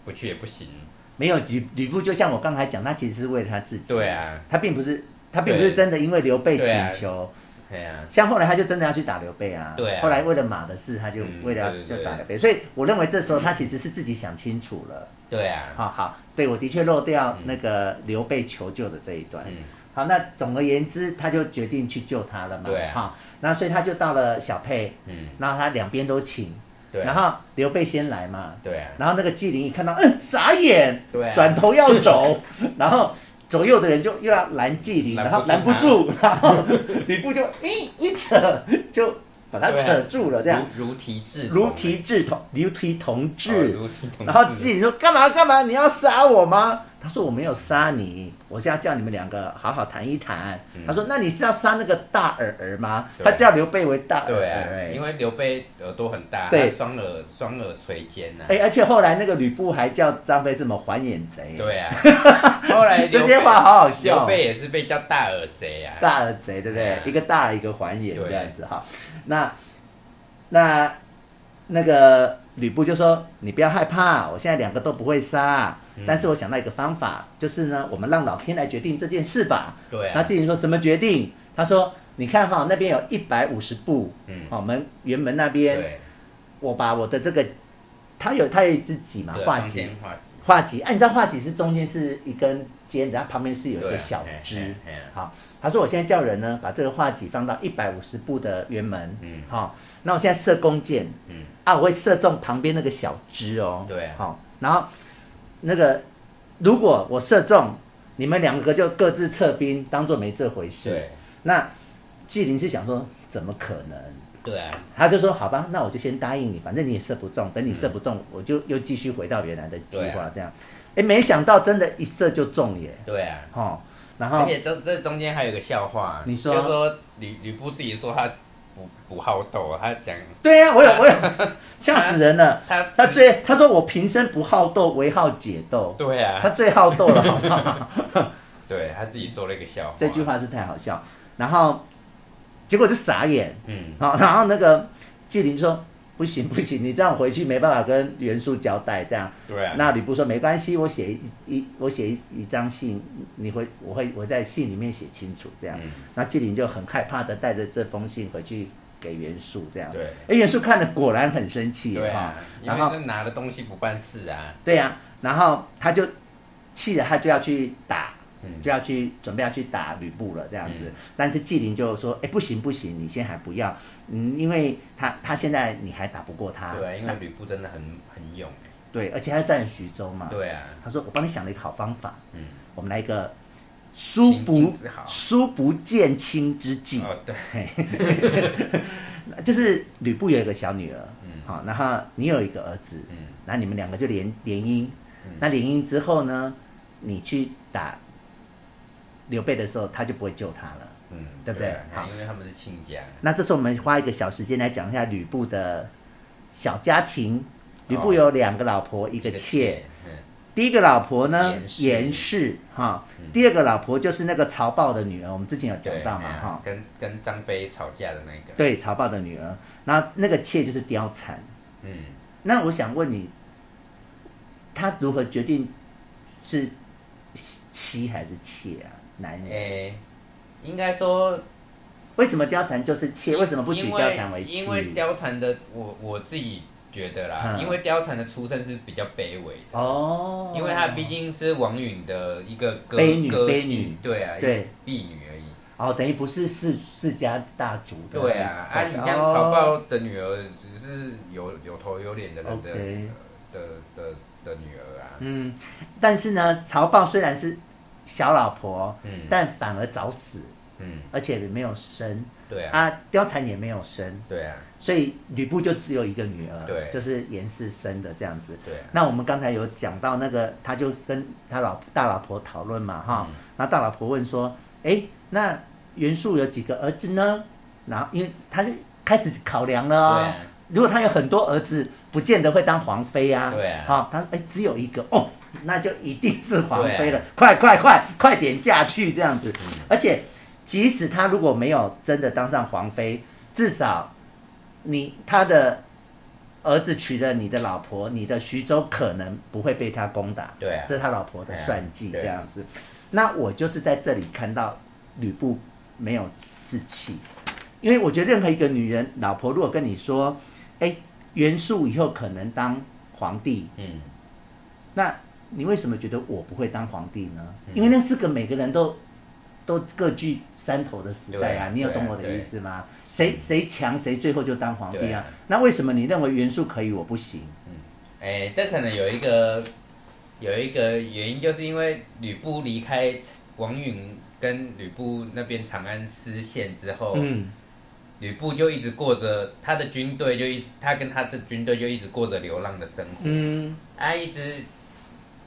不去也不行。
没有吕吕布就像我刚才讲，他其实是为了他自”己，
对，啊，
他并不是他并不是
对
真的因为刘备
对啊
请求，
对啊，
像后来他就真的要去打刘备啊，
对啊
后来为了马的事，他就
嗯
为了要
对对
就
对嗯
打刘备，所以我认为这时候他其实是自己想清楚了。
对啊，
好好，对我的确漏掉那个刘备求救的这一段。
嗯，
好，那总而言之，他就决定去救他了嘛。
对啊
好，那所以他就到了小沛，
嗯，
然后他两边都请，
对啊，
然后刘备先来嘛，
对啊，
然后那个纪灵一看到，嗯，傻眼，
对啊，
转头要 走，然后左右的人就又要拦纪灵，然后拦
拦
不
不
住， 然后吕布就一一扯就把他
对啊
扯住了，这样
如如题至
如
同啊
题志同如题同
哦
志。
如题同
然后
志
纪灵说：“干嘛干嘛？你要杀我吗？”他说：“我没有杀你，我是要叫你们两个好好谈一谈。他说：“那你是要杀那个大耳儿吗？”
嗯对
他叫刘备为大耳
对
儿、哎
啊，因
为
为刘备耳朵很大，
对
他双耳双耳垂肩呐、啊。
哎、而且后来那个吕布还叫张飞什么还眼贼，
对 啊，后来
这
刘备
些话好好笑
刘。备也是被叫大耳贼啊。
大耳贼对不对？
嗯
一个大耳一个还眼
对
这样子哈。那那那个吕布就说：“你不要害怕，我现在两个都不会杀，
嗯
但是我想到一个方法，就是呢，我们让老天来决定这件事吧。”
对
那
啊，
纪灵说怎么决定？他说：“你看哈、那边有一百五十步，
嗯，
好、门辕门那边，
对，
我把我的这个，它有它有一只戟嘛，
对
画
中
戟
间，画戟，
画戟。哎、你知道画戟是中间是一根尖的，它旁边是有一
对
个
啊
小
嘿
枝。
嘿嘿啊
好，他说我现在叫人呢，把这个画戟放到一百五十步的辕门，
嗯
好、那我现在射弓箭，
嗯，
啊，我会射中旁边那个小枝哦。
对啊
好、然后那个如果我射中，你们两个就各自撤兵，当做没这回事。
对，
那纪灵是想说，怎么可能？
对啊，
他就说：“好吧，那我就先答应你，反正你也射不中，等你射不中，我就又继续回到原来的计
嗯对
划
啊
这样。哎，没想到真的，一射就中耶！
对啊。
哦，然
而
后
且这这中间还有个笑话，
你说
就说吕吕布自己说他不不好斗，啊他讲
对啊呀、我有我有， 吓死人了。
他
他最他说我平生不好斗，唯好解斗。
对
他
啊，
最好斗了，好不 好？
对他自己说了一个笑话，
这句话是太好笑。然后结果就傻眼，
嗯，
好，然后那个纪灵说不行不行，你这样回去没办法跟袁术交代这样。
对啊，
那吕布说没关系，我写一一我写一一张信，你会我会我在信里面写清楚这样。
嗯
那纪灵就很害怕的带着这封信回去给袁术这样。
对
哎，袁术看了果然很生气
对
哈
啊，因为
然后
那拿了东西不办事啊，
对呀、然后他就气了，他就要去打，
嗯
就要去准备要去打吕布了这样子。但是纪灵就说：“哎，不行不行，你先还不要，嗯，因为他他现在你还打不过他，
对啊，因
那
为吕布真的很很勇欸，
对，而且他占徐州嘛。
对啊，
他说：我帮你想了一个好方 法，
嗯，
我们来一个疏
行
不
径之好
疏不见亲之计。
哦对，
就是吕布有一个小女儿，
嗯
好，然后你有一个儿子，
嗯
那你们两个就联联姻，
嗯
那联姻之后呢，你去打刘备的时候，他就不会救他了。
嗯，
对不对
啊
好
因为他们是亲家，
那这时候我们花一个小时间来讲一下吕布的小家庭。吕布
哦
有两个老婆，一
一
个妾。
妾，嗯
第一个老婆呢，严
严氏嗯
氏哈，第二个老婆就是那个曹豹的女儿，我们之前有讲
对，
到嘛
哎呀
哈。
跟跟张飞吵架的那个，
对，曹豹的女儿，那那个妾就是貂蝉。
嗯，
那我想问你，他如何决定是妻还是妾啊？男人？
诶，哎应该说
为什么貂蝉就是妾？为什么不举
因
貂蝉为妻？
因为貂蝉的我我自己觉得啦，
嗯
因为貂蝉的出身是比较卑微的，
哦，
因为她毕竟是王允的一个歌
卑女
歌
卑
妓
女，
对啊，
对
婢女而已。
哦，等于不是世世家大族的，
对啊，啊，你像
哦
曹豹的女儿，只是有有头有脸的人的
OK
的的的女儿啊，
嗯，但是呢，曹豹虽然是小老婆，
嗯
但反而早死，
嗯，
而且没有生
对啊，
啊，貂蝉也没有生，
对啊，
所以吕布就只有一个女儿，
对
就是严氏生的这样子。
对啊，
那我们刚才有讲到那个，他就跟他老大老婆讨论嘛，哈
嗯，
那、大老婆问说，哎，那袁术有几个儿子呢？然后因为他是开始考量了、哦，
对啊
如果他有很多儿子，不见得会当皇妃啊，
对啊
好、他说哎只有一个哦，那就一定是皇妃了，
对啊嗯
快快快快点嫁去这样子，而且即使他如果没有真的当上皇妃，至少你他的儿子娶了你的老婆，你的徐州可能不会被他攻打。
对啊
这是他老婆的算计，
对啊
这样子。那我就是在这里看到吕布没有志气，因为我觉得任何一个女人老婆如果跟你说，哎，袁术以后可能当皇帝，
嗯，
那你为什么觉得我不会当皇帝呢？
嗯
因为那是个每个人都都各据山头的时代
对
啊
啊，
你有懂
对啊
我的意思吗？谁谁强谁最后就当皇帝
对
啊
啊？
那为什么你认为袁术可以，我不行？
哎，这可能有一个有一个原因，就是因为吕布离开王允跟吕布那边长安失陷之后，
嗯，
吕布就一直过着他的军队就一直他跟他的军队就一直过着流浪的生活。
嗯，
啊，一直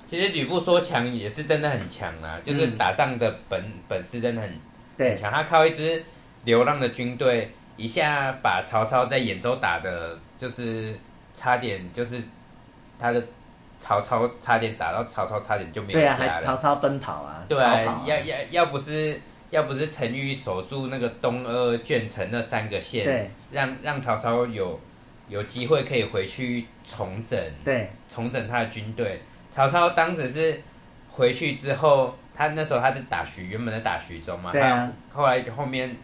其实吕布说强也是真的很强啊，就是
嗯
打仗的本、本事真的很
对
很，强。他靠一支流浪的军队，一下把曹操在兖州打的，就是差点就是他的曹操差点打到曹操，差点就没有
对啊，
家
还
了。
曹操奔跑啊，
对
逃跑啊
要要要不是要不是陈馀守住那个东阿、鄄城那三个县，
对
让让曹操有有机会可以回去重整。
对
重整他的军队。曹操当时是回去之后，他那时候他在打徐，原本在打徐州嘛，
对啊
他后来后面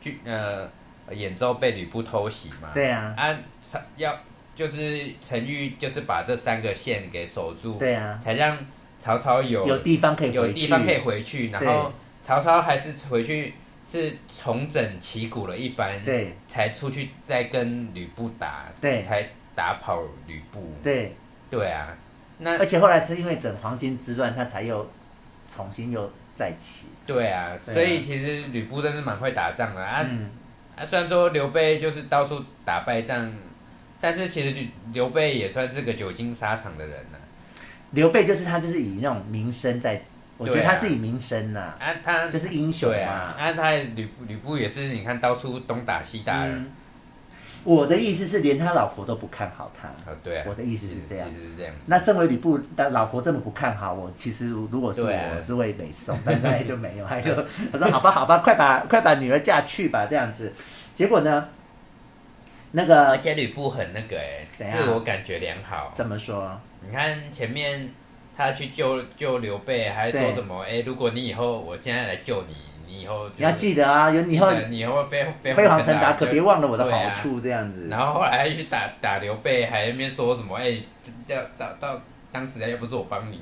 据呃兖州被吕布偷袭嘛，
对啊，
啊，曹要就是陈馀就是把这三个县给守住，
对啊，
才让曹操有
有地方可以
有
回
地
去，
方可以回去，然
对
后曹操还是回去是重整旗鼓了一番，
对
才出去再跟吕布打，
对
才打跑吕布，
对，
对啊，那
而且后来是因为整黄巾之乱，他才又重新又再起，
对啊，
对啊
所以其实吕布真是蛮会打仗的啊、
嗯，
啊！虽然说刘备就是到处打败仗，但是其实吕刘备也算是个久经沙场的人啊了
刘备就是他就是以那种名声在，我觉得
对啊
他是以名声呐、
啊。他
就是英雄
对啊
嘛，
啊，啊他也吕吕布也是，你看到处东打西打的，
嗯我的意思是，连他老婆都不看好他。
啊，对啊，
我的意思是这样
其实是这样。
那身为吕布的老婆这么不看好我，其实如果是我，
对啊
我是会北宋，但他就没有，他就我说好吧，好吧，快把快把女儿嫁去吧，这样子。结果呢，那
而
个
且吕布很那个哎、
呃怎样
自我感觉良好。
怎么说？
你看前面他去救救刘备，还说
对
什么？哎、如果你以后我现在来救你，你以后
你要记得啊，有你以后
得你以后飞飞
飞黄腾达，
就
可别忘了我的
对
好
啊
处，这样子。
然后后来还去打打刘备，还在那边说什么？哎、要到到当时要啊不是我帮你，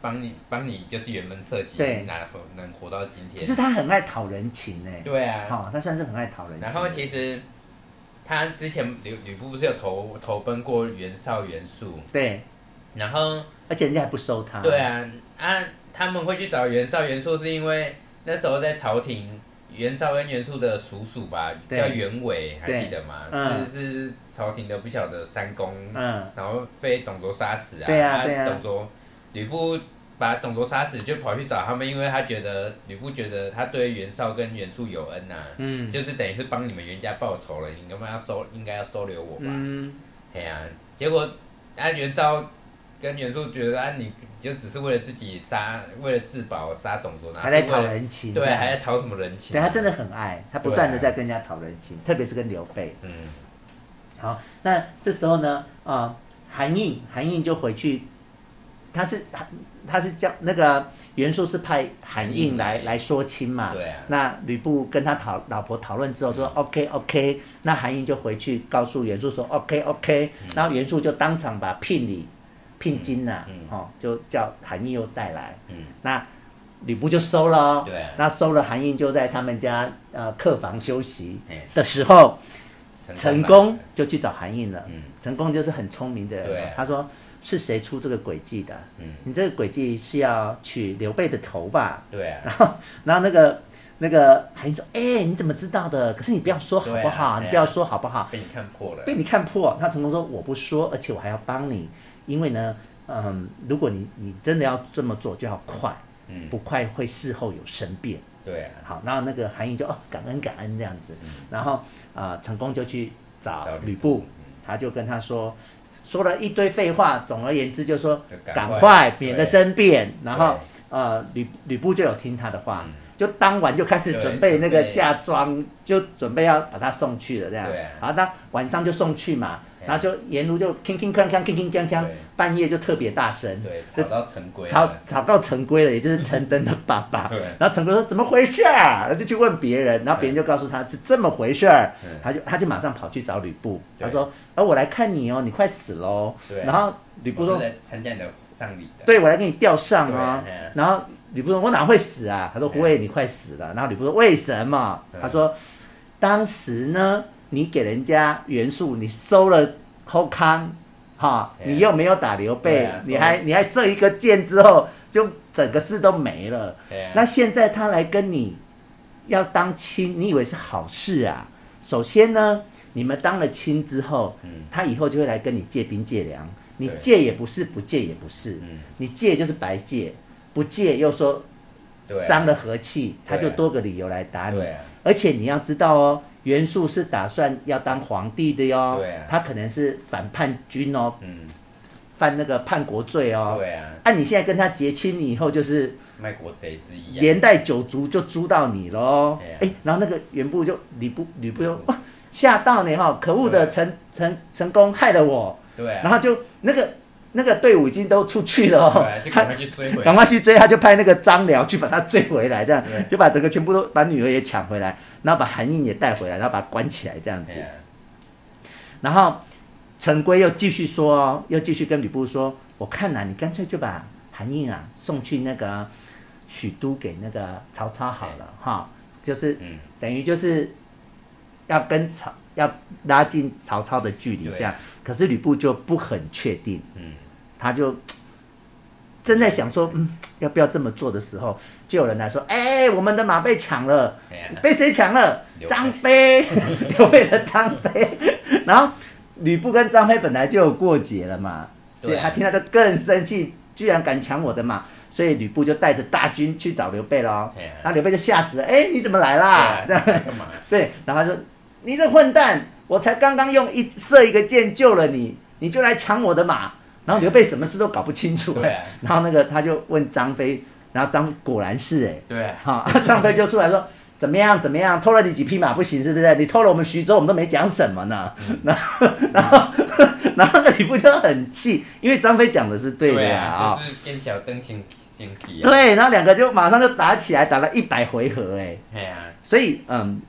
帮你帮你，就是原本设计，
对
哪活能活到今
就
天？
是他很爱讨人情哎、
对啊。
好、他算是很爱讨人情。
然后其实他之前吕吕布不是有投投奔过袁绍、袁术，
对，
然后
而且人家还不收他。
对啊啊，他们会去找袁绍、袁术，是因为那时候在朝廷。袁绍跟袁术的叔叔吧，
对
叫袁伟，还
对
记得吗？
嗯
是是朝廷的不晓得三公
嗯，
然后被董卓杀死啊。
对啊对啊
董卓，吕布把董卓杀死，就跑去找他们，因为他觉得吕布觉得他对袁绍跟袁术有恩呐、啊
嗯
就是等于是帮你们袁家报仇了，你干嘛要收？应该要收留我吧？
嗯，
哎呀、结果啊，袁绍跟袁术觉得啊，你就只是为了自己杀，为了自保杀董卓，然后
还在
啊是为了
讨人情。
对，
这样
还在讨什么人情？啊
对他真的很爱，他不断的在跟人家讨人情，特别是跟刘备。
嗯，
好，那这时候呢，啊、韩胤，韩胤就回去，他是他他是叫那个袁术是派韩胤来来说亲嘛。
对嗯啊，
那吕布跟他讨老婆讨论之后说 OK OK，那韩胤就回去告诉袁术说 OK OK，然后袁术就当场把聘礼、聘金呐、
嗯嗯
哦，就叫韩胤又带来，
嗯，
那吕布就收了、哦，
对啊
那收了韩胤就在他们家呃客房休息
哎，
的时候，成
成
功
吧
就去找韩胤了，
嗯
成功就是很聪明的人
对
嘛
啊，
他说是谁出这个诡计的？
嗯，
你这个诡计是要取刘备的头吧？
对啊，
然后然后那个那个韩信说：“哎、你怎么知道的？可是你不要说好不好？
对啊
你不要说好不好？”
被你看破了。
被你看破。那成功说：“我不说，而且我还要帮你，因为呢，嗯，如果你你真的要这么做，就要快，
嗯，
不快会事后有生变。”
对啊，
好，然后那个韩愈就哦感恩感恩这样子，然后啊、呃成功就去找
嗯找
吕
吕
布
布，
他就跟他说说了一堆废话，总而言之就说
就赶
赶
快
快
对
免得生变，然后呃吕吕布就有听他的话
嗯，
就当晚就开始
对
准备那个
准备
嫁妆，就准备要把他送去了这样
对啊，
好，那晚上就送去嘛，
对
然后就沿路就铿铿锵锵铿铿锵锵
对，
半夜就特别大声，
对，
就
吵到陈规了，
吵吵到陈规了，也就是陈登的爸爸
啊 对。
然后陈规说怎么回事儿，他就去问别人，然后别人就告诉他是这么回事儿
嗯，
他就他就马上跑去找吕布，
对
他说：“哎，我来看你哦，你快死喽。”
对啊
然后吕
我
布
是
说
来参加你的丧礼：“的，
对我来给你吊上哦。
对哎啊”
然后吕布说：“我哪会死啊？”他说：“
对
胡魏，你快死了。”然后吕布说：“为什么？”
对
他说：“当时呢，你给人家袁术，你收了后康。”哈，
对啊
你又没有打刘
对
备
啊，
你
收
还你还射一个箭之后，就整个事都没了。
对啊
那现在他来跟你要当亲，你以为是好事啊？首先呢，你们当了亲之后，
嗯
他以后就会来跟你借兵借粮，你
对
借也不是，不借也不是，
嗯，
你借就是白借，不借又说
对啊
伤了和气，他
对啊
就多个理由来打你。
对啊，
而且你要知道哦，袁术是打算要当皇帝的哟，
对啊
他可能是反叛军哦，
嗯，
犯那个叛国罪哦。
对啊，
啊，你现在跟他结亲，你以后就是
卖国贼之一啊，
连带九族就租到你喽。
对啊
哎、然后那个袁部就吕布吕布就哇吓到你哈，可恶的
对
陈陈陈功害了我，
对啊，
然后就那个那个队伍已经都出去了
对
哦
啊，就，赶
他
快去追回，
赶快去追，他就派那个张辽去把他追回来，这样
对
就把整个全部都把女儿也抢回来，然后把韩胤也带回来，然后把他关起来这样子
对。啊，
然后陈规又继续说哦，又继续跟吕布说：“我看呐、你干脆就把韩胤啊送去那个许都给那个曹操好了哈，就是
嗯，
等于就是要跟曹要拉近曹操的距离
对啊
这样。可是吕布就不很确定，
嗯，
他就正在想说，嗯，要不要这么做的时候，就有人来说：‘哎，我们的马被抢了。’
对啊，
被谁抢了？
刘备
张飞， 刘备的张飞。然后吕布跟张飞本来就有过节了嘛，所以
对啊
他听到就更生气，居然敢抢我的马，所以吕布就带着大军去找刘备喽
对啊。
然后刘备就吓死了，哎，你怎么来啦？这
对啊
样
啊，干嘛？
对，然后他就你这混蛋，我才刚刚用一射一个箭救了你，你就来抢我的马，然后你就被什么事都搞不清楚、
对啊
然后那个他就问张飞，然后张果然是哎、
对啊，
哈， 张飞就出来说。怎么样？怎么样？偷了你几匹马不行，是不是？你偷了我们徐州，我们都没讲什么呢。
嗯
然后，然后， 然后那个吕布就很气，因为张飞讲的是对的
对
呀呃
啊，就是跟小灯星星体啊，
对，然后两个就马上就打起来，打了一百回合，哎，
对啊，
所以嗯，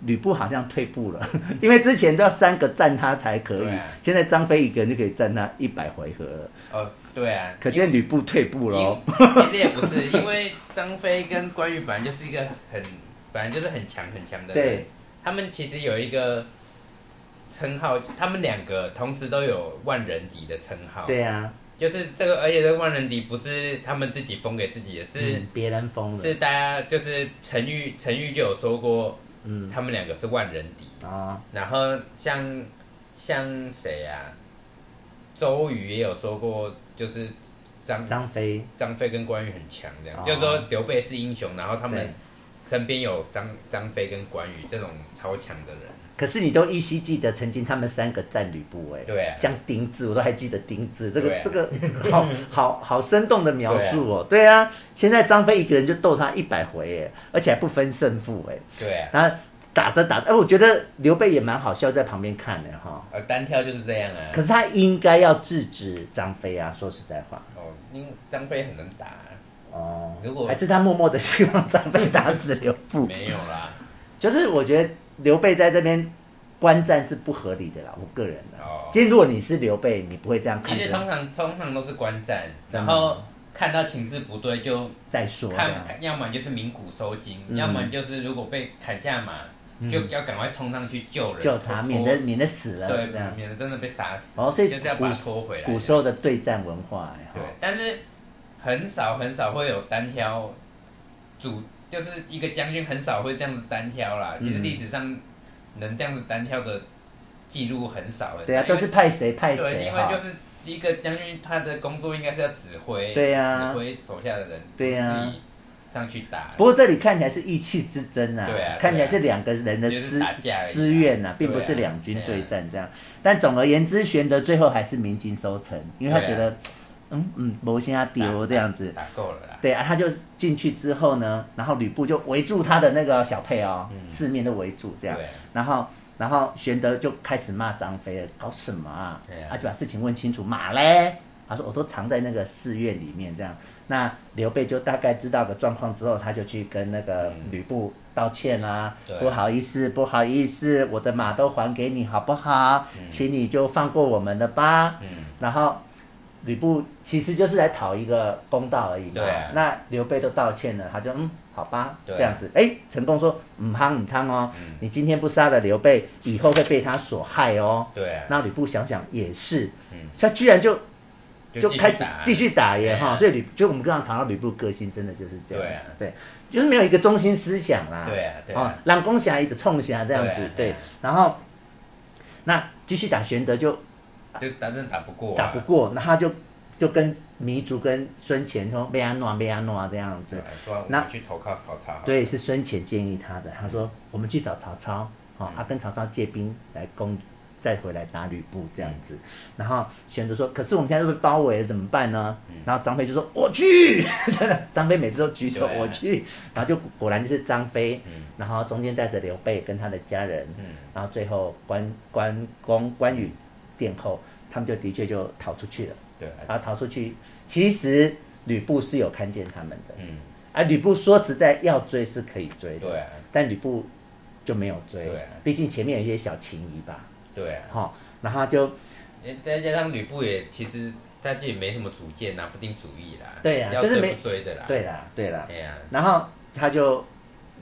吕布好像退步了， 因为之前都要三个赞他才可以
对啊，
现在张飞一个人就可以赞他一百回合了，
哦，对啊，
可见吕布退步喽。
因其实也不是，因为张飞跟关羽本来就是一个很，本来就是很强很强的人。
对，
他们其实有一个称号，他们两个同时都有万人敌的称号。，
对啊，
就是这个，而且这个万人敌不是他们自己封给自己的，是、
嗯别人疯了
是大家就是陈玉，陈玉就有说过，
嗯，
他们两个是万人敌。
啊，
然后像像谁啊？周瑜也有说过，就是张
张飞，
张飞跟关羽很强，这样、
哦
就是说刘备是英雄，然后他
对
们身边有张张飞跟关羽这种超强的人，
可是你都依稀记得曾经他们三个赞吕布，哎，
对啊
像丁字我都还记得丁字，这
对
个
啊
这个 好好好生动的描述哦，对啊，现在张飞一个人就斗他一百回，哎，而且还不分胜负，哎。
对啊，
然后打着打着，哎、我觉得刘备也蛮好笑，在旁边看的哈。
呃，单挑就是这样啊
可。是他应该要制止张飞啊，说实在话，
哦，因为张飞很能打啊、
哦，
如果
还是他默默的希望张飞打死刘布，
没有啦，
就是我觉得刘备在这边观战是不合理的啦，我个人啊的。
哦，
今天如果你是刘备，你不会这样嗯
其
看
实
着
通常通常都是观战，然后看到情势不对就
再说这样
看，看要么就是鸣鼓收金，
嗯
要么就是如果被砍下马，就要赶快冲上去救人，
救他，
拖
免得免得死了
对
这样，。
免得真的被杀死。
哦所以
就是要把
古
他拖回来。
古时候的对战文化、哎哈
对，但是很少很少会有单挑主，就是一个将军很少会这样子单挑啦。其实
嗯
历史上能这样子单挑的记录很少了。
对啊，
因为
都是派谁派
对，
谁
因
哈
为就。是一个将军，他的工作应该是要指挥，
对啊
指挥手下的人，
对啊
自己上去打。
不过这里看起来是意气之争啊，
对啊
看起来是两个人的
就是
私、
打架而已啊
私怨啊，并
对啊啊
不是两军对战这样。但总而言之，玄德最后还是鸣金收成，因为他
啊
觉得，嗯嗯，魔仙他丢这样子。
打够了啦。
对啊，他就进去之后呢，然后吕布就围住他的那个小沛哦，
嗯
四面都围住这
对
样。
啊，
然后，然后玄德就开始骂张飞了，搞什么啊？
对啊
他就把事情问清楚。马嘞，他说我都藏在那个寺院里面这样。那刘备就大概知道个状况之后，他就去跟那个
嗯
吕布道歉啦、
对
不好意思，不好意思，我的马都还给你好不好？
嗯
请你就放过我们了吧。
嗯，
然后吕布其实就是来讨一个公道而已嘛。
对啊
那刘备都道歉了，他就嗯，好吧，
对啊
这样子。哎，成功说嗯汤嗯汤哦，
嗯
你今天不杀了刘备，以后会被他所害哦。
对啊，
那吕布想想也是，
嗯
他居然就就
继续
开始
打
继续打耶
对啊
哈。所以吕，就我们刚刚谈到吕布个性真的就是这样
对啊
子，对，就是没有一个中心思想啦。
对啊，对
哦
啊，，
狼公侠一个冲侠这样
对
子
啊，对
对
啊。
然后那继续打玄德就
就打真的打不过啊，
打不过，那他就就跟糜竺跟孙权说被安诺被安诺这样子
对，啊，说我
那
们去投靠曹操好了。
对，是孙权建议他的。他说：“我们去找曹操，
嗯
哦，他、跟曹操借兵来攻，再回来打吕布这样子。”
嗯
然后玄德说：“可是我们现在都被包围了，怎么办呢？”
嗯
然后张飞就说：“我去！” 真的，张飞每次都举手
对
“
啊
我去”，然后就果然就是张飞，
嗯
然后中间带着刘备跟他的家人，
嗯，
然后最后关关公、关羽殿后，他们就的确就逃出去了。
对啊，
然后逃出去，其实吕布是有看见他们的。
嗯，
啊，吕布说实在要追是可以追的，
对啊，
但吕布就没有追
对啊，
毕竟前面有一些小情谊吧，
对啊，
哈、然后他就
再加上吕布也其实他也没什么主见，啊拿不定主意啦。
对啊
要
就是
追
没
不追的啦。
对啦，对啦，
哎呀，
然后他就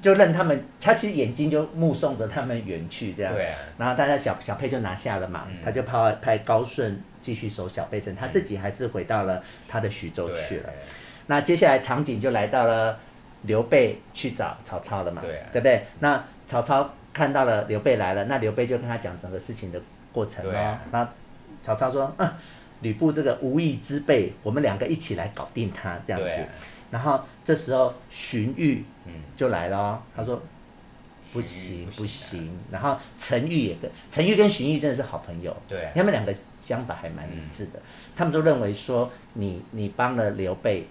就任他们，他其实眼睛就目送着他们远去这样，
对啊，
然后大家小小沛就拿下了嘛，
嗯
他就派派高顺继续守小沛城，他自己还是回到了他的徐州
对啊
去了。
哎呀
那接下来场景就来到了刘备去找曹操了嘛，
对啊
不对？那曹操看到了刘备来了，那刘备就跟他讲整个事情的过程
对
哦
啊。
那、曹操说：“嗯，吕布这个无义之辈，我们两个一起来搞定他这样子。
对啊，
然后这时候荀彧
嗯
就来了、哦，他说：“不行
嗯
不
不
行
行。
然后陈玉也跟陈玉跟荀彧真的是好朋友，
对啊
他们两个想法还蛮一致的。他们都认为说你你帮了刘备，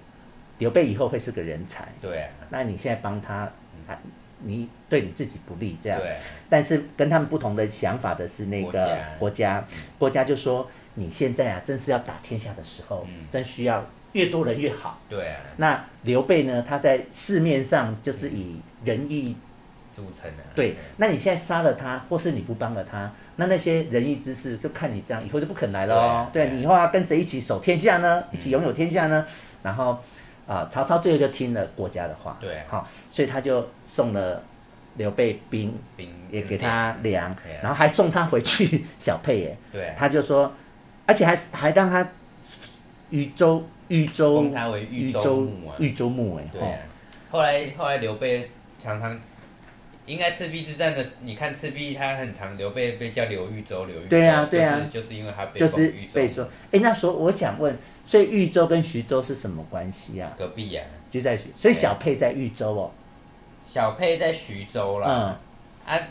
刘备以后会是个人才，
对啊
那你现在帮他，他你对你自己不利这样。
对啊，
但是跟他们不同的想法的是那个国
国家
家，国家就说你现在啊，真是要打天下的时候，
嗯
真需要越多人越好。
对啊，
那刘备呢，他在市面上就是以仁义
著称啊，
对，那你现在杀了他，或是你不帮了他，那那些仁义之士就看你这样，以后就不肯来了哦。
对
对
啊嗯对啊
你以后要跟谁一起守天下呢？一起拥有天下呢？然后啊、曹操最后就听了郭嘉的话，
对啊
好、所以他就送了刘备兵，
兵
也给，他粮
对啊，
然后还送他回 去小沛耶，
对啊，
他就说，而且还还让他禹州禹州
封他为豫州牧啊，
豫州牧哎，
对
吼
啊。后来后来刘备常常应该赤壁之战的，你看赤壁他很长，刘备被叫刘豫州，刘豫州
对啊对啊
就是就是因为他被
就是
封豫州
被说，哎，那时候我想问，所以豫州跟徐州是什么关系啊？
隔壁呀、啊，
就在徐，所以小沛在豫州哦，
哎小沛在徐州啦，
嗯，
啊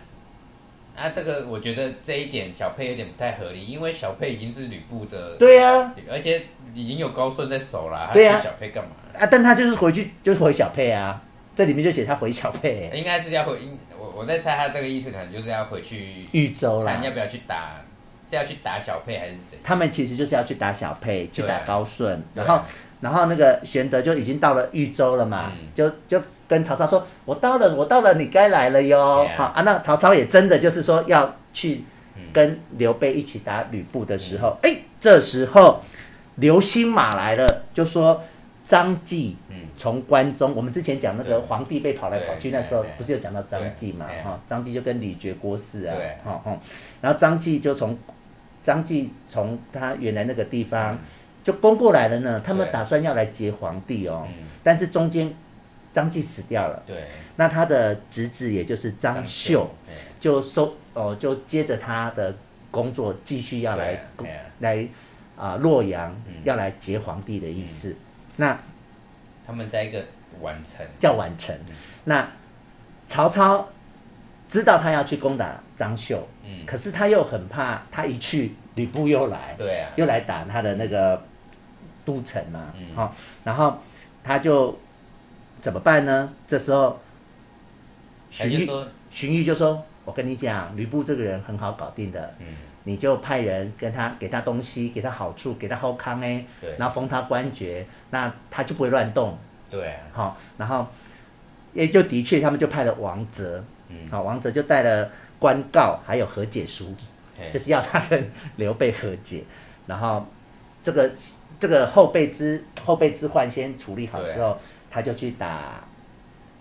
啊，这个我觉得这一点小沛有点不太合理，因为小沛已经是吕布的，
对啊，
而且已经有高顺在手啦，
对啊
还去小沛干嘛？
啊，但他就是回去就是回小沛啊，这里面就写他回小沛耶，
应该是要回，应我我在猜他这个意思，可能就是要回去
豫州啦
看要。不要去打，是要去打小沛还是谁？
他们其实就是要去打小沛，去
对
打高顺，
对
然
啊
后然后那个玄德就已经到了豫州了嘛，
嗯
就就跟曹操说：“我到了，我到了，你该来了哟。
对啊
好啊，那曹操也真的就是说要去
嗯
跟刘备一起打吕布的时候，哎、这时候刘新马来了，就说张继
嗯
从关中，我们之前讲那个
对
皇帝被跑来跑去，
对
那时候
对对
不是有讲到张继嘛
对？对
哈、张继就跟李傕、郭汜啊
对，
哈、哦、然后张继就从张继从他原来那个地
嗯
方就攻过来了呢，他们
对
打算要来劫皇帝哦，
嗯，
但是中间张继死掉了，
对，
那他的侄子也就是张绣
对，
就收哦，就接着他的工作继续要来
对啊
来啊、洛阳，
嗯
要来劫皇帝的意思，那
他们在一个完成，
叫宛城。那曹操知道他要去攻打张绣，
嗯，
可是他又很怕他一去吕布又来，
对啊，
又来打他的那个都城嘛，
嗯
好、然后他就怎么办呢？这时候
他
荀彧
就说，
荀彧就说：“我跟你讲，吕布这个人很好搞定的，
嗯，
你就派人跟他给他东西，给他好处，给他后康哎，
对，
然后封他官爵，那他就不会乱动。
对啊，
好、然后也就的确他们就派了王泽，
嗯
好、王泽就带了官告还有和解书，
嘿
就是要他跟 刘备和解，然后这个这个后备之后备之患先处理好之后，他就去打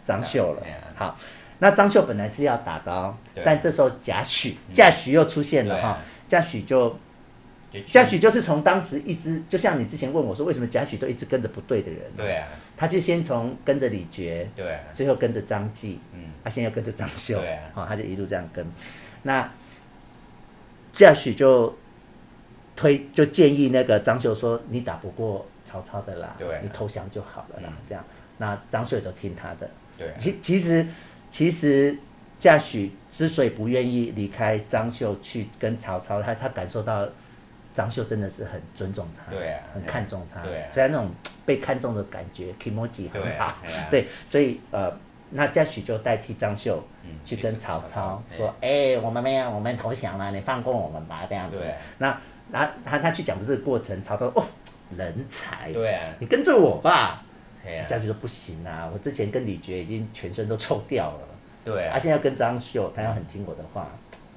张绣了
啊对啊。
好，那张绣本来是要打刀
对，啊嗯
但这时候贾诩贾诩又出现了
对
哈
啊，
贾诩就
就
贾诩就是从当时一直，就像你之前问我说，为什么贾诩都一直跟着不对的人？
对啊，
他就先从跟着李傕，
对啊，
最后跟着张继，
嗯，
他现在又跟着张绣，
对啊
好、他就一路这样跟。那贾诩就推就建议那个张绣说：“你打不过曹操的啦，
对啊
你投降就好了啦。
嗯
这样，那张绣也都听他的。
对啊，
其其实其实贾诩之所以不愿意离开张绣去跟曹操，他他感受到张绣真的是很尊重他，
对啊
很看重他，
对啊
虽然那种被看重的感觉 k i m o j i 很
对
好
啊，，嘿啊，
对，所以呃，那嘉许就代替张绣
嗯
去跟曹操
去
说：“哎、我们没有，我们投降了，你放过我们吧。”这样子
哎对。啊
那那他他去讲的这个过程，曹操哦，人才，
对啊，
你跟着我吧。
嘿啊，
嘉许说：“不行啊，我之前跟李傕已经全身都臭掉了，
对
他、
啊，
现在要跟张绣，他要很听我的话，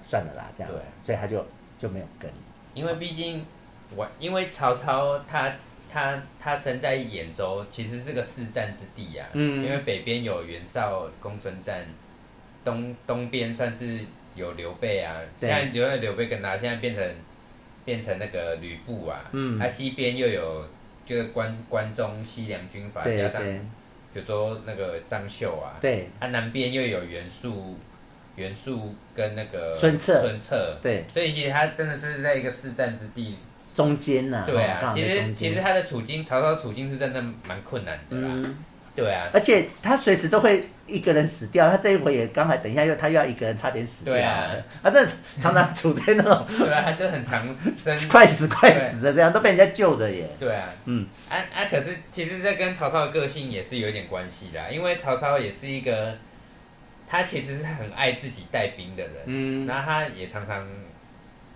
算了啦，这样。
对
所以他就就没有跟。
因为毕竟我因为曹操他他他身在兖州，其实是个四战之地啊。
嗯
因为北边有袁绍、公孙瓒，东东边算是有刘备啊。
对
现在留在刘备跟他，现在变成变成那个吕布啊。
嗯
他西边又有就是关关中西凉军阀，
对
加上
对
比如说那个张绣啊。
对
他南边又有袁术。袁术跟那个
孙策
孙策，
对，
所以其实他真的是在一个四战之地
中间呐、
对
哦刚
啊，
好
其
在
实
中
其
间
实他的处境，曹操处境是真的蛮困难的啦。
嗯，
对啊，
而且他随时都会一个人死掉，他这一回也刚才等一下又他又要一个人差点死掉，
对啊，
他真的常常处在那种
对啊，他就很常生
快死快死的这样，都被人家救的耶。
对啊，
嗯，
啊啊，可是其实这跟曹操的个性也是有点关系的啊，因为曹操也是一个，他其实是很爱自己带兵的人，
嗯
那、他也常常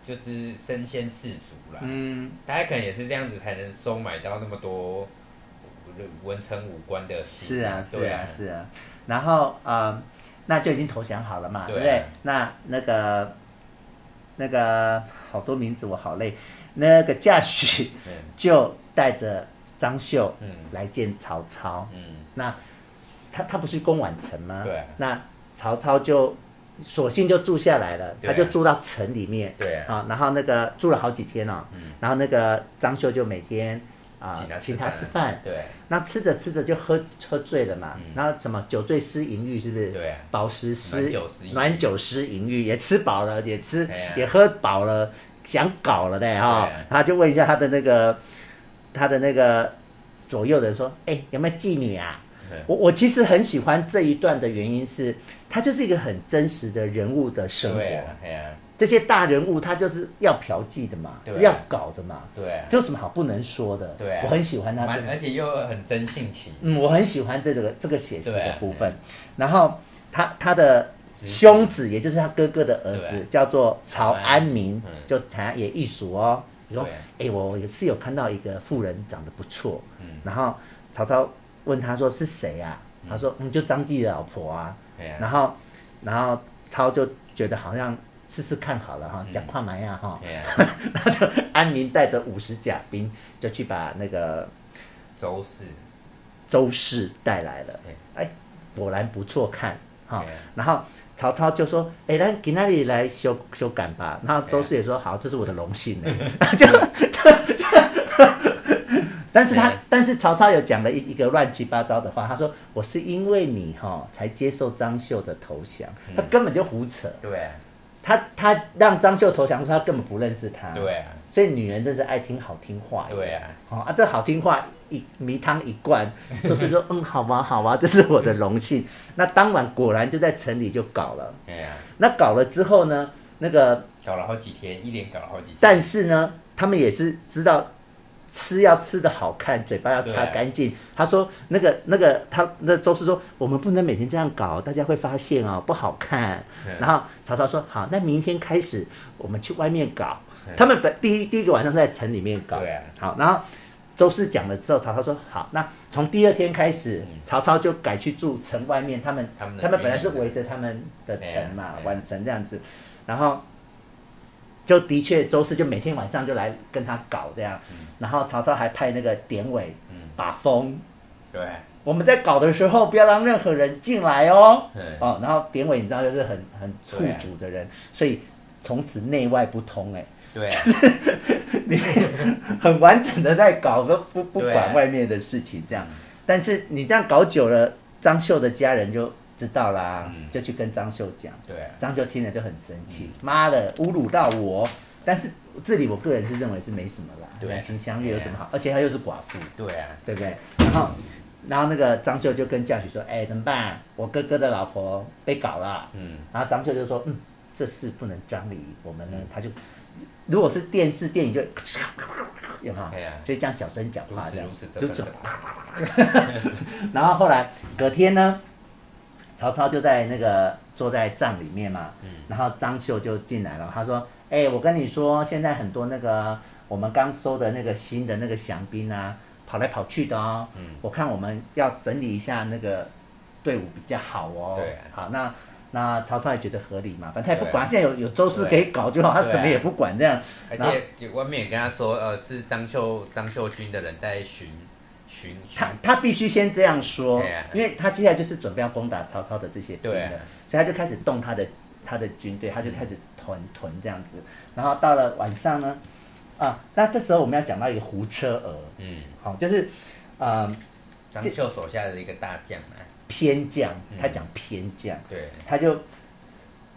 就是身先士卒啦，
嗯，
大家可能也是这样子才能收买到那么多文臣武官的心，
是啊是
对
啊
啊，
是啊。然后呃，那就已经投降好了嘛，对
对啊
不对？那那个那个好多名字我好累，那个贾诩
嗯
就带着张绣
嗯
来见曹操。
嗯，
那他他不是攻宛城吗？
对啊
那曹操就索性就住下来了，
对
他
啊
就住到城里面
对啊，嗯
啊，然后那个住了好几天哦，然后那个张绣就每天啊
请他吃
请他
饭
吃饭，
对
那吃着吃着就喝喝醉了嘛，
嗯
然后什么酒醉诗淫欲是不是？
对啊
饱食诗
暖酒诗淫欲
暖酒诗淫欲也吃饱了，也吃、
哎呀
也喝饱了，想搞了的哈、
对啊
然后就问一下他的那个他的那个左右的人说，哎、有没有妓女啊
对？
我我其实很喜欢这一段的原因是，他就是一个很真实的人物的生活。
对啊，哎呀，
这些大人物他就是要嫖妓的嘛，
对啊
要搞的嘛，
对啊，
这有什么好不能说的？
对啊
我很喜欢他这
蛮
个
而且又很真性情，
嗯，我很喜欢这个这个写实
对
的
啊
部分。然后他他的兄子，也就是他哥哥的儿
对
子
啊，
叫做曹安民
嗯，
就他也艺术哦。比如说
对啊，
哎，我有是有看到一个妇人长得不错
嗯，
然后曹操问他说是谁啊？他说嗯，就张继的老婆啊。
哎呀，
然后然后操就觉得好像试试看好了哈，
嗯
讲话蛮呀哈。
哎呀，
然后就安民带着五十甲兵就去把那个
周氏，
周氏带来了
对，
哎，果然不错看哈
对啊。
然后曹操就说：“哎，咱给那里来修修改吧。”然后周氏也
啊
说：“好，这是我的荣幸。” 就就就，但是他
对
但是曹操有讲了一一个乱七八糟的话，他说：“我是因为你哈、才接受张绣的投降。”
嗯
他根本就胡扯，
对啊，
他他让张绣投降的时候，他根本不认识他。
对啊，
所以女人真是爱听好听话。
对啊。
哦啊，这好听话一迷汤一灌，就是说嗯，好吧，好吧，这是我的荣幸。那当晚果然就在城里就搞了。
哎呀，
那搞了之后呢，那个
搞了好几天，一连搞了好几天。
但是呢，他们也是知道吃要吃的好看，嘴巴要擦
对
干净。他说那个那个他那周氏说，我们不能每天这样搞，大家会发现哦不好看。
嗯
然后曹操说好，那明天开始我们去外面搞。他们本第一第一个晚上是在城里面搞，
对啊
好，然后周氏讲了之后，曹操说好，那从第二天开始，曹操就改去住城外面，他们
他们的
本来是
居民
围着他们的城嘛，
对啊对啊
宛城这样子，然后就的确周氏就每天晚上就来跟他搞这样，然后曹操还派那个典韦
嗯
把风，
对，啊
我们在搞的时候不要让任何人进来哦，
嗯，
哦，然后典韦你知道就是很很醋
对啊
主的人，所以从此内外不通哎、
对，啊
你 很完整的在搞，不不不
对
管外面的事情这样。但是你这样搞久了，张绣的家人就知道啦，
嗯
就去跟张绣讲，
对，啊
张绣听了就很生气，妈的侮辱到我。但是这里我个人是认为是没什么啦，
对
两情相悦有什么好？而且她又是寡妇，
对啊，
对不对？然后，然后那个张绣就跟将许说：“哎，怎么办？我哥哥的老婆被搞了。”
嗯，
然后张秀就说：“嗯，这事不能张理，我们呢，他就如果是电视电影就有没
哎呀
有？就这样小声讲
如
话这
此
样
如此，这
就
般
走
的。
然后后来隔天呢，曹操就在那个坐在帐里面嘛，然后张绣就进来了，他说：‘哎、我跟你说，现在很多那个我们刚收的那个新的那个降兵啊，跑来跑去的哦，
嗯
我看我们要整理一下那个队伍比较好哦。
对
好，那那曹操也觉得合理嘛，反正他也不
对
管，现在有有周氏可以搞就好，他
对
什么也不管这样。
而
然后
且外面也跟他说，呃，是张秀张秀军的人在巡巡巡
他，他必须先这样说
对啊，
因为他接下来就是准备要攻打曹操的这些兵
对啊嗯
了，所以他就开始动他的他的军队，他就开始屯屯这样子。然后到了晚上呢，啊，那这时候我们要讲到一个胡车儿，
嗯，
好，就是呃
张秀手下的一个大将啊，
偏将，他讲偏将，
对，
他就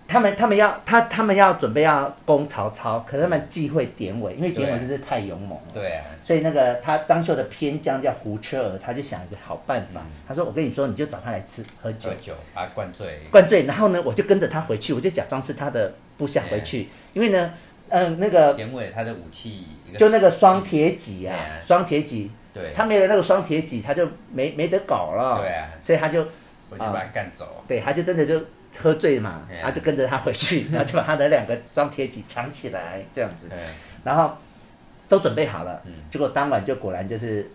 他们他们要他他们要准备要攻曹操，可是他们忌讳典韦，因为典韦
嗯对
真是太勇猛了。
对啊，
所以那个他张绣的偏将叫胡车儿，他就想一个好办法，
嗯
他说：“我跟你说，你就找他来吃喝酒
喝，酒把他灌醉，
灌醉，然后呢，我就跟着他回去，我就假装是他的部下回去，因为呢，嗯、那个
典韦他的武器一个
就那个双铁戟啊，
对
双铁戟，
对，
他没有那个双铁戟，他就没没得搞了，
对啊
所以他就
我就把他干走，
对，他就真的就喝醉嘛，
对啊
然后就跟着他回去， 然后就把他的两个双铁戟藏起来，这样子，
对，
然后都准备好了，
嗯
结果当晚就果然就是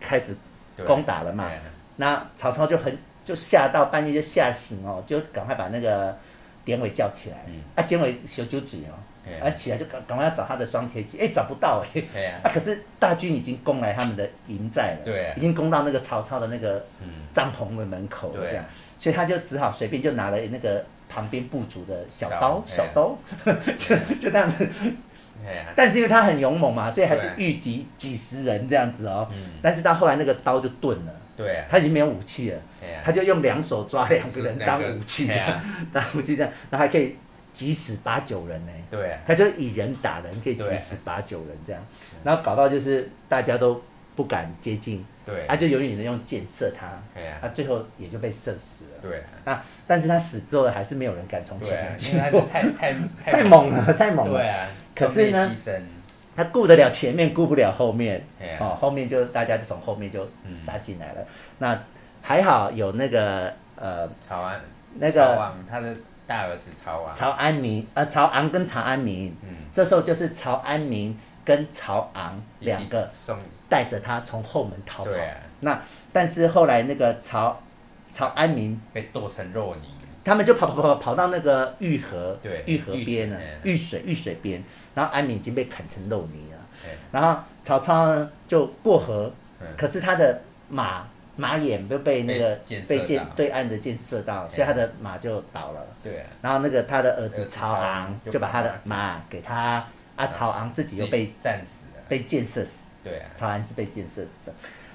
开始
对
攻打了嘛。
对啊
那曹操就很就吓到半夜就吓醒哦，就赶快把那个典韦叫起来。
嗯
啊，典韦小酒嘴哦，
对
啊
啊，
起来就赶赶快要找他的双铁戟，哎、找不到哎、
对啊，
啊，可是大军已经攻来他们的营寨了，
对啊
已经攻到那个曹操的那个
嗯
帐篷的门口了，
对啊
这样，所以他就只好随便就拿了那个旁边部族的小刀
刀，
小
哎呀
刀， 就就这样子。
对啊，
但是因为他很勇猛嘛，所以还是
对
御敌几十人这样子哦。
嗯，
但是到后来那个刀就钝了，
对啊，
他已经没有武器了。
对啊，
他就用两手抓两个人
两
当
个
武器
对，啊，
当武器这样，然后还可以击死八九人呢、
对啊，
他就以人打人，可以击
对
死八九人这样，然后搞到就是大家都不敢接近，
对
他
啊，
就永远的用箭射他，
对啊
他，最后也就被射死了。
对啊，
啊！但是他死之后还是没有人敢从
对
前
啊
面，
因为
经
他
过
是，太太
太猛了，太猛
对
了。
啊，
可是呢
中间牺牲，
他顾得了前面，顾不了后面。
哎呀，
哦，后面就大家就从后面就杀进来了。那还好有那个呃
曹安，
那
曹
个
昂他的大儿子曹昂，
曹安宁，呃，曹昂跟曹安宁，
嗯，
这时候就是曹安宁跟曹昂
一起
两个
送，
带着他从后门逃跑。
对啊，
那但是后来那个曹曹安宁
被剁成肉泥，
他们就跑跑跑跑到那个玉河，
对
玉河边了，啊
玉嗯
玉水玉水边，然后安宁已经被砍成肉泥了。
对啊
然后曹操呢就过河，
嗯
可是他的马马眼就被那个
被箭射
被箭
到
对岸的箭射到，所以他的马就倒了。
对啊，
然后那个他的儿子
儿子
呃曹
曹
昂
昂就
就把他的
把
马给他，啊，曹昂自己又被
自己战死了，
被箭射死，
对啊，
曹昂是被箭射死的。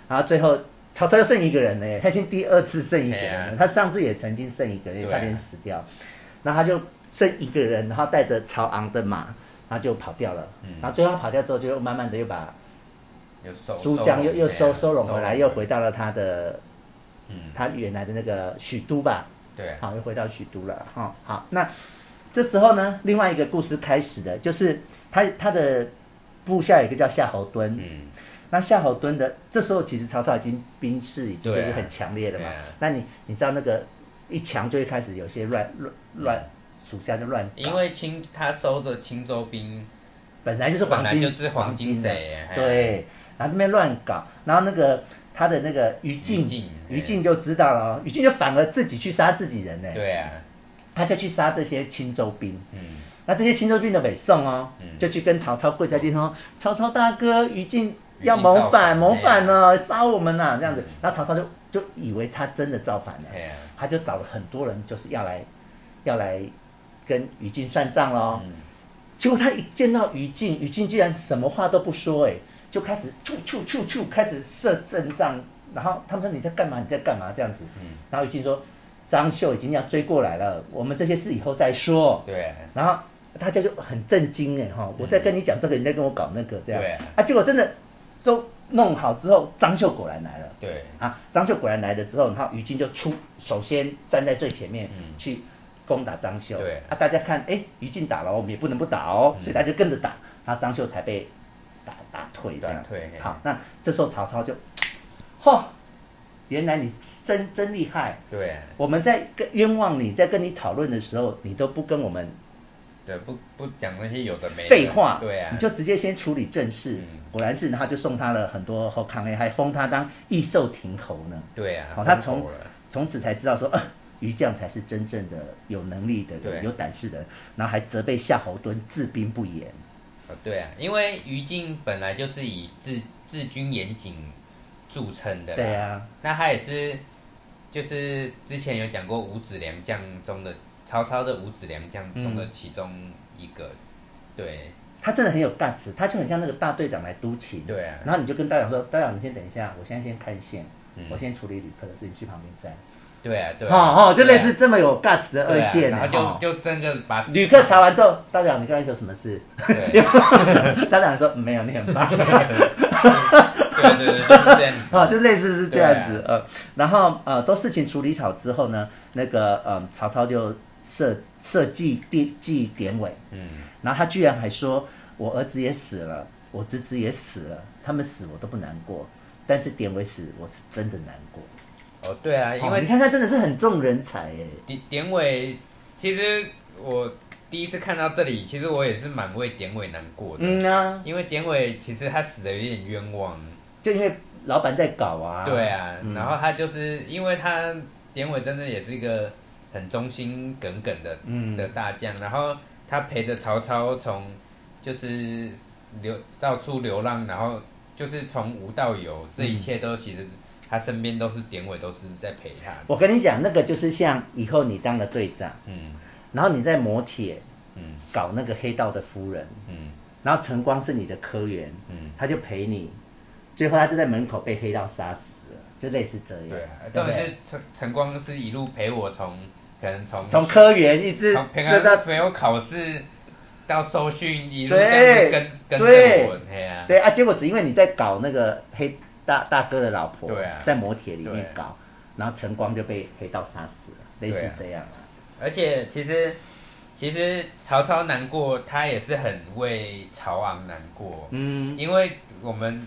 然后最后曹操又剩一个人了耶，他已经第二次剩一个人
哎
了，
呀
他上次也曾经剩一个人，也
对啊
差点死掉。然后他就剩一个人，然后带着曹昂的马，然后就跑掉了。
嗯
然后最后他跑掉之后，就又慢慢的又把
又收哎
珠江又又收收拢回来，又，
对啊
回到了他的
嗯，
他原来的那个许都吧。
对啊，
好，又回到许都了。哈、好，那这时候呢，另外一个故事开始的，就是他他的部下有一个叫夏侯惇，
嗯，
那夏侯惇的这时候其实曹操已经兵势已经就
对啊
是很强烈了嘛。
对啊
那你你知道那个一强就会开始有些乱乱乱，属下就乱搞，
嗯因为青他收的青州兵
本来就是
本
黄
来
金
就是黄金
金
贼，哎呀，
对，然后这边乱搞，然后那个他的那个于禁
于禁哎
于禁就知道了哦，于禁就反而自己去杀自己人呢，
对啊，
他就去杀这些青州兵。
嗯，
那这些青州兵的北宋哦，
嗯
就去跟曹操跪在地上说：“曹操大哥，于禁
禁
要谋
造
反，
反
谋
哎呀
反了，杀我们呐、这样子
嗯，
然后曹操就就以为他真的造反了，
哎呀，
他就找了很多人，就是要来要来跟于禁算账喽。
嗯
结果他一见到于禁，于禁竟然什么话都不说、哎，就开始处处处处开始设阵仗，然后他们说你在干嘛？你在干嘛？这样子，
嗯
然后于禁说张绣已经要追过来了，我们这些事以后再说。
对啊，
然后大家就很震惊哎哈，我在跟你讲这个，你在跟我搞那个这样
嗯对
啊，结果真的都弄好之后，张绣果然来了
对，
啊，张绣果然来了之后，然后于禁就出，首先站在最前面、
嗯
去攻打张绣，
对
啊，大家看哎，于禁打了，我们也不能不打哦，
嗯
所以大家就跟着打，然后张绣才被打打退这样
短。退，嘿
好，那这时候曹操就，嚯，原来你真真厉害。
对啊，
我们在跟冤枉你，在跟你讨论的时候，你都不跟我们
对，不不讲那些有的没的
废话，嗯
对啊
你，就直接先处理正事。
嗯
果然是，然后就送他了很多侯康哎，还封他当益寿亭侯呢。
对啊，
好他
封
从
口了
从此才知道说，呃，于将才是真正的有能力的人，
对
有胆识的人。然后还责备夏侯惇治兵不严。
哦对啊，因为于禁本来就是以治治军严谨著称的，
对，啊，
那他也是，就是之前有讲过五子良将中的曹操的五子良将中的其中一个，对
他真的很有 guts，他就很像那个大队长来督勤。
对啊，
然后你就跟大队长说，大队长你先等一下，我现在先看线，
嗯
我先处理旅客的事情，去旁边站。
对啊，对啊，
哦哦，就类
对
似
啊
这么有 guts 的
对
二
啊
线呢、
然
哦
后就就真的把
旅客查完之后，大表你刚才有什么事？
对对
大表说、嗯没有，你很棒。
对对，就是这 样子。
啊，就类似是这样子，
啊
呃，然后呃，都事情处理好之后呢，那个呃，曹操就设设计典祭典韦，
嗯，
然后他居然还说，我儿子也死了，我侄子也死了，他们死我都不难过，但是典韦死，我是真的难过。
哦，对啊，因
哦、你
为
看他真的是很重人才耶，
典典韦，其实我第一次看到这里，其实我也是蛮为典韦难过的，
嗯啊，
因为典韦其实他死的有点冤枉。
就因为老板在搞啊，
对，啊，
嗯
然后他就是因为他典韦真的也是一个很忠心耿耿的
嗯
的大将，然后他陪着曹操从就是流到处流浪，然后就是从无到有，这一切都其实他身边都是典韦都是在陪他的。
我跟你讲，那个就是像以后你当了队长，
嗯
然后你在磨铁
嗯
搞那个黑道的夫人，
嗯
然后晨光是你的科员，
嗯，
他就陪你，最后他就在门口被黑道杀死了，就类似这样，
对啊，
对
重
不对？
点是晨晨光是一路陪我从可能从
从科员一直
从平
这到
安没有考试到收讯一路
对
这样子跟跟着
对
我，嘿啊，
对啊，结果只因为你在搞那个黑大大哥的老婆，
对啊
在磨铁里面
对
搞，然后晨光就被黑道杀死了，类似这样啊。
而且其实其实曹操难过，他也是很为曹昂难过，
嗯，
因为我们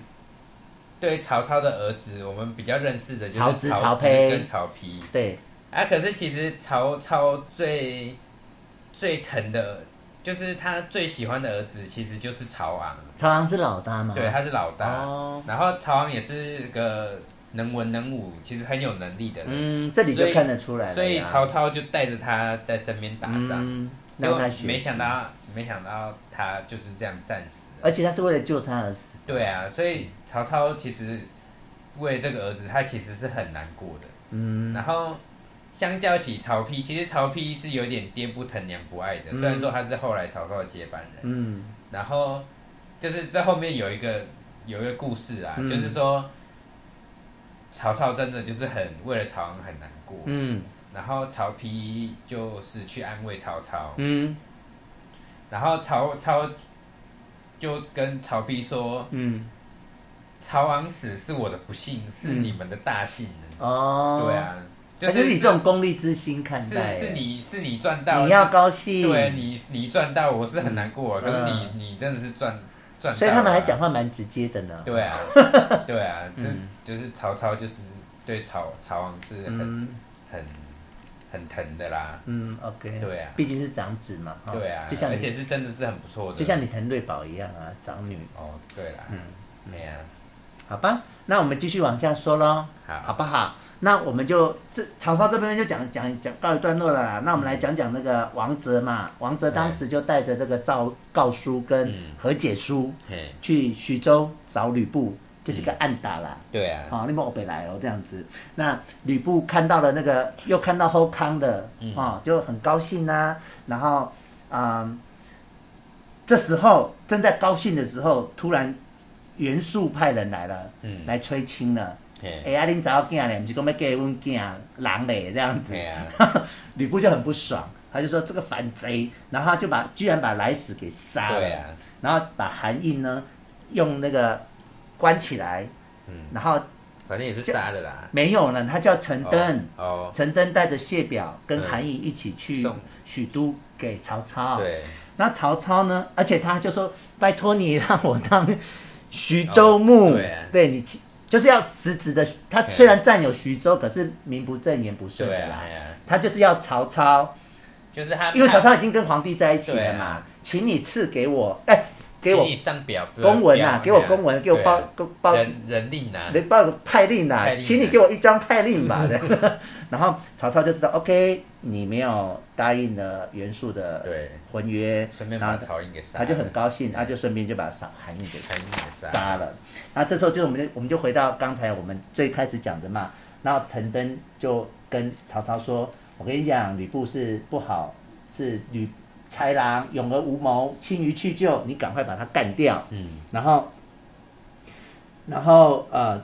对曹操的儿子，我们比较认识的就是
曹植
植、
曹
曹
丕
跟曹丕
对，
啊。可是其实曹操最最疼的，就是他最喜欢的儿子，其实就是曹昂，
曹昂是老大嘛，
对，他是老大。
嗯哦，
然后曹昂也是个能文能武，其实很有能力的人，
嗯，这里就看得出来了呀，
所以曹操就带着他在身边打仗。
嗯，
就
让他学习，
没想，到，没想到他就是这样战死了。
而且他是为了救他而死，
对啊，所以曹操其实为这个儿子，他其实是很难过的。
嗯，
然后相较起曹丕，其实曹丕是有点爹不疼娘不爱的，
嗯
虽然说他是后来曹操的接班人。
嗯，
然后就是这后面有一个有一个故事啊，
嗯
就是说曹操真的就是很为了曹昂很难过，
嗯，
然后曹丕就是去安慰曹操，
嗯，
然后曹操就跟曹丕说
嗯，：“
曹昂死是我的不幸，是你们的大幸。
哦，
对，啊，
他就是以这种功利之心看
是
待，
是
哎
你是你赚到，
你要高兴，
对你你赚到，我是很难过。
嗯
可是你
嗯
你真的是赚赚到了，
所以他们还讲话蛮直接的呢，
对啊，对啊，
嗯
就就是曹操就是对曹曹昂是很、
嗯
很很疼的啦。
嗯，OK，
对啊
毕竟是长子嘛，哈
对啊，
就像
而且
你
是真的是很不错的，
就像你滕瑞宝一样啊，长女，
哦，对啦，
嗯，
对啊，
好吧，那我们继续往下说喽，
好
好不好？那我们就这曹操这边就讲讲讲告一段落了啦。那我们来讲讲那个王泽嘛，王泽当时就带着这个诏告书跟
嗯
和解书
嘿，
去徐州找吕布，就是
嗯
个暗打啦。
对啊，
好、那么我北来哦，这样子。那吕布看到了那个，又看到后康的，
嗯
哦，就很高兴啊。然后，嗯，这时候正在高兴的时候，突然袁术派人来了，
嗯
来催亲了。哎、
嘿，
啊，恁查某囝嘞，不是讲要嫁阮囝人嘞，这样子。
对啊，
吕布就很不爽，他就说这个反贼，然后他就把居然把来使给杀了。
对啊，
然后把韩印呢用那个关起来，
嗯
然后
反正也是杀的啦。
没有了，他叫陈登，
哦，
陈登带着谢表跟
嗯
韩印一起去
送
许都给曹
哦
操。
对，
那曹操呢，而且他就说拜托你让我当徐州牧，
哦对啊
对你起就是要实质的，他虽然占有徐州，可是名不正言不顺
对
的
啊，
啦
哎。呀，
他就是要曹操，
就是他，
因为曹操已经跟皇帝在一起
对
了
啊
嘛，请你赐给我，哎、给我
你上表
公文啊，
表
给我
哎呀
公文，给我
对啊
包公包
人人令啊，
你报个派令啊
派，令嗯
请你
啊
给我一张派令吧。这样 然后曹操就知道，OK，你没有答应了袁术的
对，
婚约，
顺便
然
把
后
曹营给杀
他
了，
就很高兴，他
哎
就顺便就把韩韩愈给
很很
杀了。
哎
那这时候就我们就我们就回到刚才我们最开始讲的嘛，然后陈登就跟曹操说：“我跟你讲，吕布是不好，是吕豺狼，勇而无谋，轻于去就，你赶快把他干掉。”
嗯，
然后，然后呃，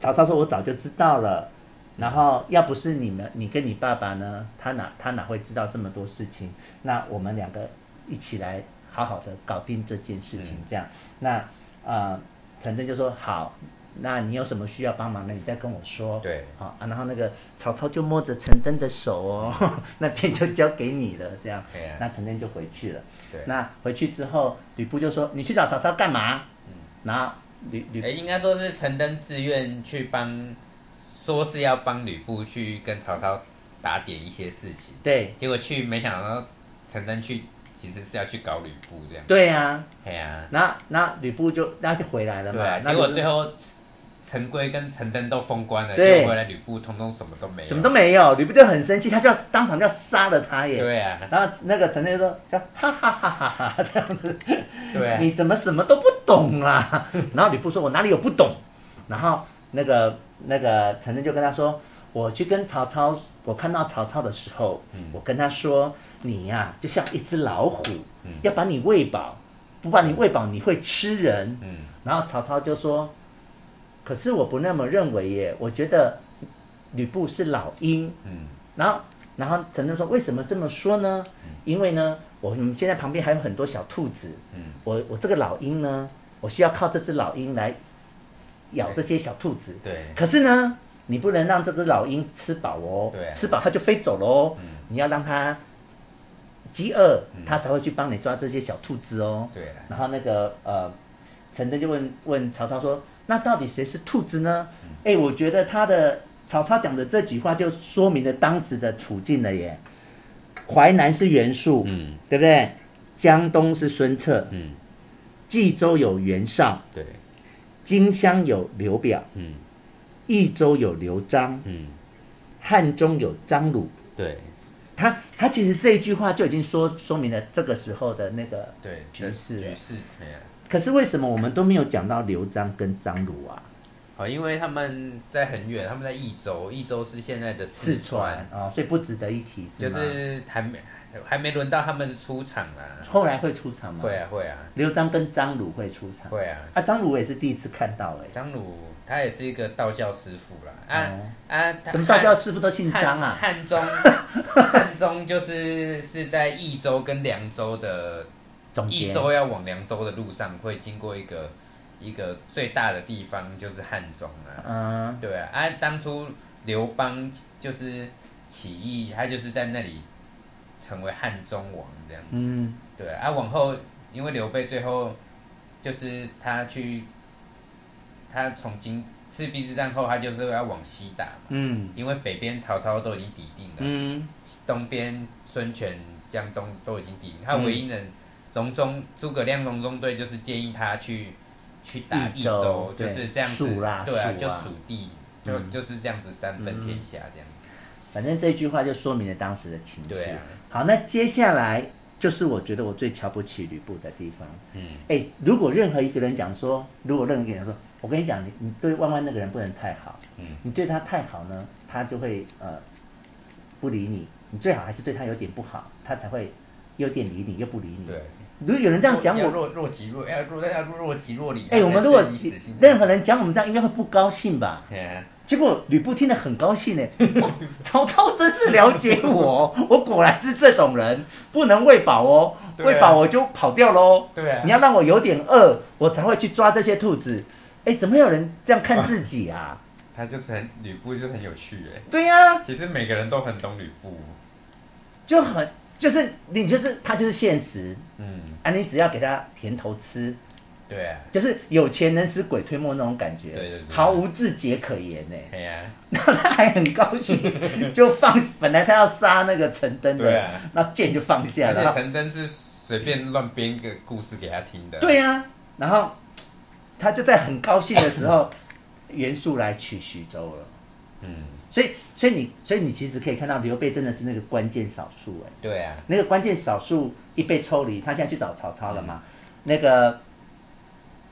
曹操说：“我早就知道了，然后要不是你们，你跟你爸爸呢，他哪他哪会知道这么多事情？那我们两个一起来好好的搞定这件事情，这样。那呃，陈真就说好，那你有什么需要帮忙的，你再跟我说。
对，
好啊，然后那个曹操就摸着陈登的手哦， 那边就交给你了，这样。
对啊
那陈真就回去了。
对
那回去之后，吕布就说：“你去找曹操干嘛？”然后吕吕
哎、应该说是陈登自愿去帮，说是要帮吕布去跟曹操打点一些事情，
对
结果去没想到陈登去其实是要去搞吕布这样。
对啊，
哎呀、
那那吕布就那就回来了
对
嘛
啊，。
那
结果
吕布
最后陈规跟陈登都封官了，
对
结果回来吕布通通什么都没有，
什么都没有，吕布就很生气，他就要当场就要杀了他耶。
对啊，
然后那个陈真就说：“叫哈哈哈哈哈哈这样子。”
对啊，
你怎么什么都不懂啊？ 然后吕布说：“我哪里有不懂？”然后那个那个陈真就跟他说：“我去跟曹操，我看到曹操的时候，
嗯
我跟他说，你呀、就像一只老虎，
嗯
要把你喂饱，不把你喂饱你会吃人。
嗯，
然后曹操就说：“可是我不那么认为耶，我觉得吕布是老鹰。”
嗯，
然后，然后陈真说：“为什么这么说呢？因为呢，我们现在旁边还有很多小兔子。
嗯，
我我这个老鹰呢，我需要靠这只老鹰来咬这些小兔子。
对，
可是呢，你不能让这只老鹰吃饱哦，
对啊嗯
吃饱它就飞走了哦。你要让它饥饿，它才会去帮你抓这些小兔子哦。
对啊，
然后那个呃，陈真就问问曹操说：“那到底谁是兔子呢？”哎、我觉得他的曹操讲的这句话就说明了当时的处境了耶。淮南是袁术，
嗯
对不对？江东是孙策，
嗯，
冀州有袁绍，
对，
荆襄有刘表，
嗯
益州有刘璋，
嗯，
汉中有张鲁。
对
他他其实这一句话就已经说说明了这个时候的那个
对，
局势
局势，哎呀，
可是为什么我们都没有讲到刘璋跟张鲁啊？
哦，因为他们在很远，他们在益州，益州是现在的
四川
川，
啊、哦，所以不值得一提，
就
吗
是还没还没轮到他们出场啊。
后来会出场吗？
会啊会啊
刘璋跟张鲁会出场。
会啊，
啊，张鲁我也是第一次看到哎、
张鲁他也是一个道教师傅啦，啊、
哦
啊，他
什么道教师傅都姓
汉
张啊？
汉中汉中就是是在益州跟凉州的
总
益
结
州要往凉州的路上会经过一个一个最大的地方就是汉中啊，
嗯，
对啊，啊，当初刘邦就是起义，他就是在那里成为汉中王这样。
嗯，
对啊，啊往后因为刘备最后就是他去，他从荆赤壁之战后，他就是要往西打嘛，
嗯
因为北边曹操都已经抵定了，
嗯
东边孙权、江东都已经抵定，他
嗯
唯一能隆中诸葛亮隆中队就是建议他去去打
益
益
州
州，就
对
是这样子
蜀啦，
对啊，
蜀
就
啊嗯
蜀地，就就是这样子三分天下这样子，
反正这句话就说明了当时的情势。
对啊
好，那接下来就是我觉得我最瞧不起吕布的地方。
嗯，
哎、如果任何一个人讲说，如果任何一个人说，我跟你讲，你你对万万那个人不能太好，
嗯
你对他太好呢，他就会呃不理你，你最好还是对他有点不好，他才会有点理你又不理你。
对。
如果有人这样讲
要
我，
若若即若要若要若即若离。
哎、我们如果任何人讲我们这样，应该会不高兴吧？
人，
结果吕布听得很高兴呢，哇 曹操真是了解 我，我果然是这种人，不能喂饱哦，
对啊
喂饱我就跑掉喽。
对啊，
你要让我有点饿，我才会去抓这些兔子。哎，怎么会有人这样看自己 啊？
他就是很吕布就是很有趣哎，
对呀、
其实每个人都很懂吕布，
就很就是你就是他就是现实
嗯，
啊，你只要给他甜头吃，
对啊，
就是有钱能使鬼推磨那种感觉，
对对对
毫无自节可言呢。
哎呀，
然后他还很高兴，就放 本来他要杀那个陈登
对
的
啊，
那、剑就放下
而
了，
且
然后
陈登是随便乱编个故事给他听的，
对呀、然后他就在很高兴的时候，袁术来取徐州了。
嗯，
所以，所以你，所以你其实可以看到刘备真的是那个关键少数哎，
对啊，
那个关键少数一被抽离，他现在去找曹操了
嗯
嘛？那个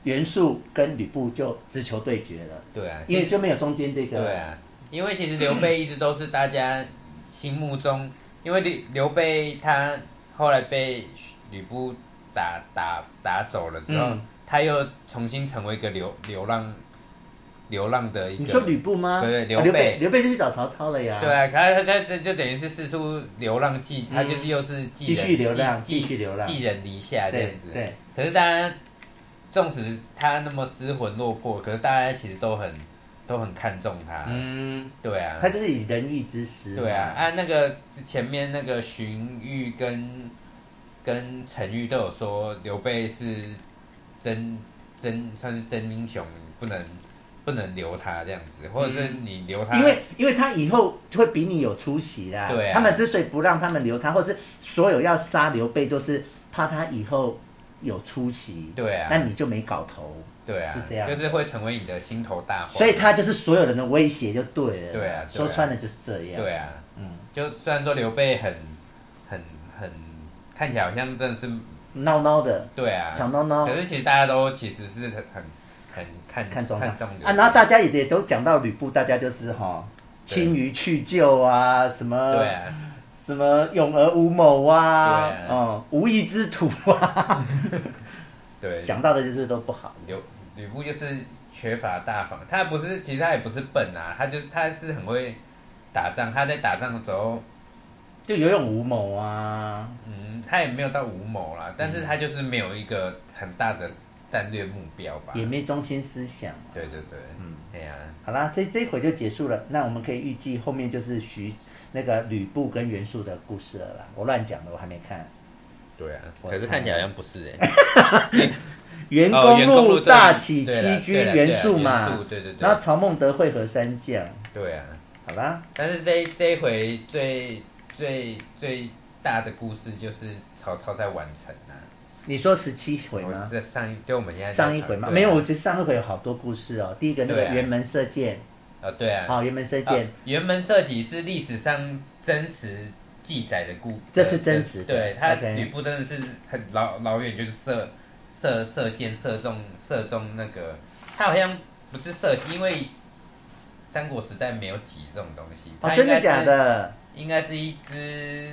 袁术跟吕布就直球对决了，
对啊，
因为就没有中间这个。
对啊，因为其实刘备一直都是大家心目中， 因为刘刘备他后来被吕布打打打走了之后，
嗯
他又重新成为一个流流浪流浪的一个。
你说吕布吗？
对对
啊
刘备
刘备，刘备就去找曹操了呀。
对啊，他他他这就等于是四处流浪寄，他就是又是
嗯
寄
继
人
续流浪
寄
继续流浪
寄寄人篱下这样
对
子。
对，
可是大家，纵使他那么失魂落魄，可是大家其实都很都很看重他。
嗯，
对啊，
他就是以仁义之师。
对啊，，按、那个前面那个荀彧跟跟陈馀都有说，刘备是真真算是真英雄，不能不能留他这样子，或者是你留他，
嗯因为因为他以后会比你有出息啦。
对啊
他们之所以不让他们留他，或是所有要杀刘备，都是怕他以后有出息。
对啊
那你就没搞头，
对啊，
是这样
就是会成为你的心头大患。
所以他就是所有人的威胁就对了。
对啊对啊
说穿了就是这样。
对啊，
嗯，
就虽然说刘备很很很看起来好像真的是
孬孬的，
对啊，
小孬孬
可。是其实大家都其实是很很很看
看中他
看重刘备
啊，然后大家也也都讲到吕布，大家就是哈
对
勤于去救啊，什么、
对啊。
什么勇而无谋啊，
对
嗯，无义之徒啊，
对，
讲到的就是都不好。
吕吕布就是缺乏大方，他不是，其实他也不是笨啊，他就是他是很会打仗，他在打仗的时候，
就有勇无谋啊，
嗯，他也没有到无谋啦，但
嗯
是他就是没有一个很大的战略目标吧。
也没中心思想。
对对对，嗯，哎呀、
好啦，这这一回就结束了。那我们可以预计后面就是徐那个吕布跟袁术的故事了啦。我乱讲的，我还没看。
对啊，
我
可是
猜
看起来好像不是哎、
袁
哦
公
袁公
路
路对
大起
对啦
七军
对啦对啦
袁术
袁
嘛
术，对对对
然后曹孟德会合三将。
对啊，
好啦，
但是这一这一回最最最大的故事就是曹操在完成啊。
你说十七回
我
吗
是？在上一，就我们现在在
上一回吗？
对啊
没有，我觉得上一回有好多故事哦。第一个那个
对啊
辕门射箭，
哦，对啊，
好，辕门射
啊
箭，
辕门射戟是历史上真实记载的故，
这是真实的
对，他
OK
吕布真的是很老老远就是射射射箭射中射中那个，他好像不是射击，因为三国时代没有戟这种东西。
哦，
啊他
真
应该
的
是
假？的？
应该是一只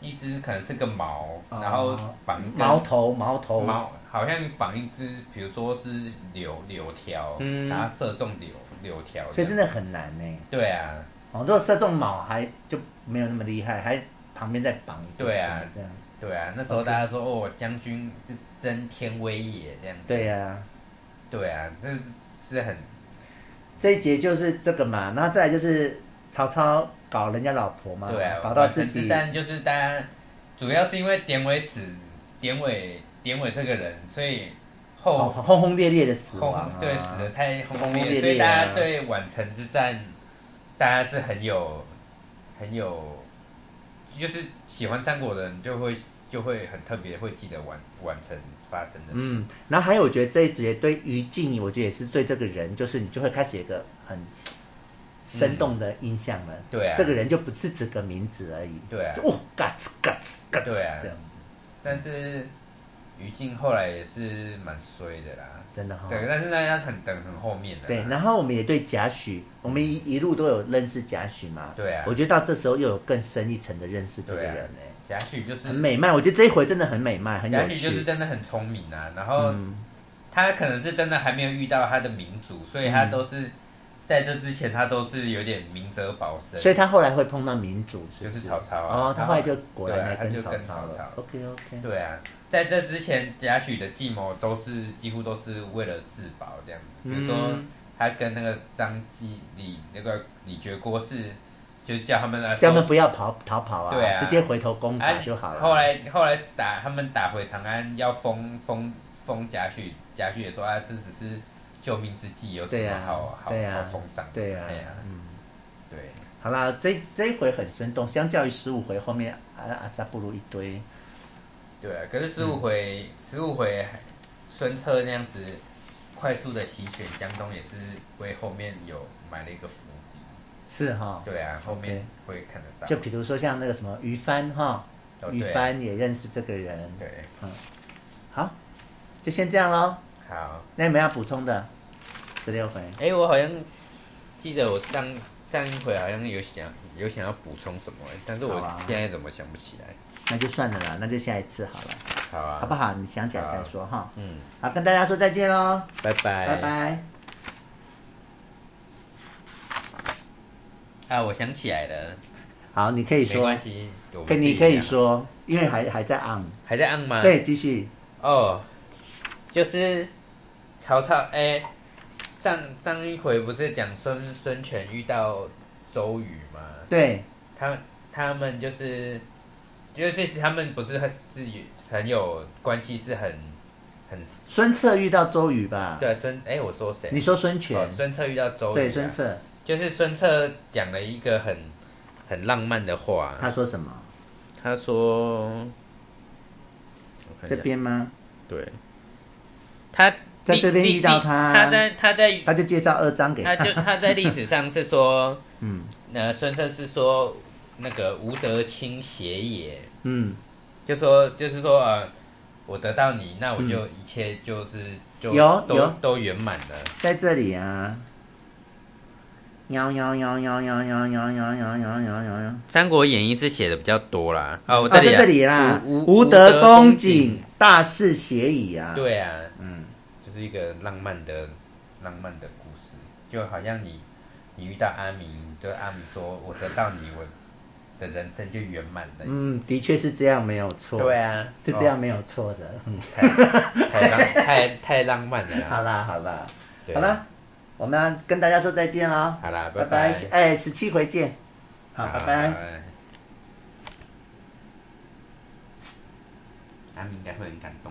一只可能是个矛，
哦
然后绑一根
矛头，矛头，
矛，好像绑一只，比如说是柳柳条，
嗯
然后射中柳柳条这样，
所以真的很难呢。
对啊。
哦，如果射中矛还就没有那么厉害，还旁边再绑一个
对
什
啊
么这样。
对啊，那时候
OK
大家说哦，将军是真天威也这样子。
对呀，
对啊，这是是很
这一节就是这个嘛，然后再来就是曹操搞人家老婆嘛
对啊，，
搞到自
宛城之
己
战就是大家主要是因为典韦死，典韦典韦这个人，所以
哦
后
轰轰烈烈的死
后
亡啊，
对死的太轰
轰
轰
轰烈
烈，
烈
所以大
啊
家对宛城之战，大家是很有很有，就是喜欢三国的人就会就会很特别会记得宛宛城发生的事。
嗯，然后还有我觉得这一节对于静，我觉得也是对这个人，就是你就会开始有一个很生动的印象了。
对啊
这个人就不是只个名字而已，
对啊
就哦，嘎吱嘎吱嘎吱
对啊
这样子，
但是于静后来也是蛮衰的啦，
真的哈、
对，但是大家很等很后面的啦，
哦对，然后我们也对贾诩，我们一一路都有认识贾诩嘛。
对啊
我觉得到这时候又有更深一层的认识这个
对啊
人哎、
贾诩就是
很美漫。我觉得这一回真的很美漫，很有
贾诩
趣。
就是真的很聪明啊，然后
嗯，
他可能是真的还没有遇到他的民族，所以他都是在这之前他都是有点明哲保身，
所以他后来会碰到民主，是不
就是是曹操啊，
哦，他后来就果
对啊
然
他
来
就
曹
跟
操
曹
了
操。
OK OK。
对啊，在这之前贾诩的计谋都是几乎都是为了自保这样子，比如说。
嗯
他跟那个张继李那个李觉郭氏，就叫他们呃来
叫他
收
们不要逃逃跑啊，
对啊
直接回头攻打
哎，
就好了。
后来后来打他们打回长安，要封封封贾诩，贾诩也说啊，这只是救命之计，有什
对
么
啊
好、好
对啊
好封赏的？
对啊
哎呀，
嗯，
对，
好啦，这这一回很生动，相较于十五回后面阿阿萨布鲁一堆，
对啊。可是十五回十五、15回孙策那样子快速的席卷江东，也是为后面有埋了一个伏笔。
是哈。
对啊，后面会看得到。
就比如说像那个什么于帆哈，
哦
于
对啊
帆也认识这个人。
对，
好，就先这样喽。
好。
那有没有要补充的？十六回
哎、我好像记得我上上一回好像有想有想要补充什么、但是
好
我
啊
现在怎么想不起来？
那就算了啦，那就下一次好了，
好啊，
好不，好？你想起来再说哈。
嗯，哎
好，跟大家说再见喽，
拜拜，
拜拜。
啊，我想起来了，
好，你可以
没
说
关，系，我们
跟你
自己
可以
聊，
说，因为还还在 on。
还在按吗？
对，继续。
哦，就是曹操，哎、上上一回不是讲孙孙权遇到周瑜吗？
对，
他他们就是，就是其实他们不是很是很有关系，是很很
孙策遇到周瑜吧？
对孙哎、我说谁？
你说孙权
哦，？孙策遇到周瑜、啊，
对，嗯孙策，
就是孙策讲了一个很很浪漫的话，
他说什么？
他说，我看一下
这边吗？
对，他
在
历
这边
历
遇到
历
他
他在他在
他就介绍二章给
他
他。
就他在历史上是说，
嗯
呃，孙策是说那个吾得卿邪也，
嗯，
就说就是说呃，我得到你，那我就一切就是、
嗯
就
有
都
有
都圆满了。
在这里啊。喵喵喵喵喵喵喵喵喵喵喵喵喵。
《三国演义》是写的比较多啦，哦，我
啊，在
里、
这里啦，
无
吾德恭谨，，大事写矣啊。
无，对啊，
嗯，
就是一个浪漫的浪漫的故事，就好像你你遇到阿米，就阿米说我得到你，我的人生就圆满了。
嗯，的确是这样，没有错。
对，啊，
是这样，没有错的。嗯
哦，太太浪太太浪漫了啦。
好啦好啦
对啊
好，啦，我们要跟大家说再见喽。
好啦，
拜
拜
拜，，哎，十七回见。好，拜拜。。
阿米应该会很感动。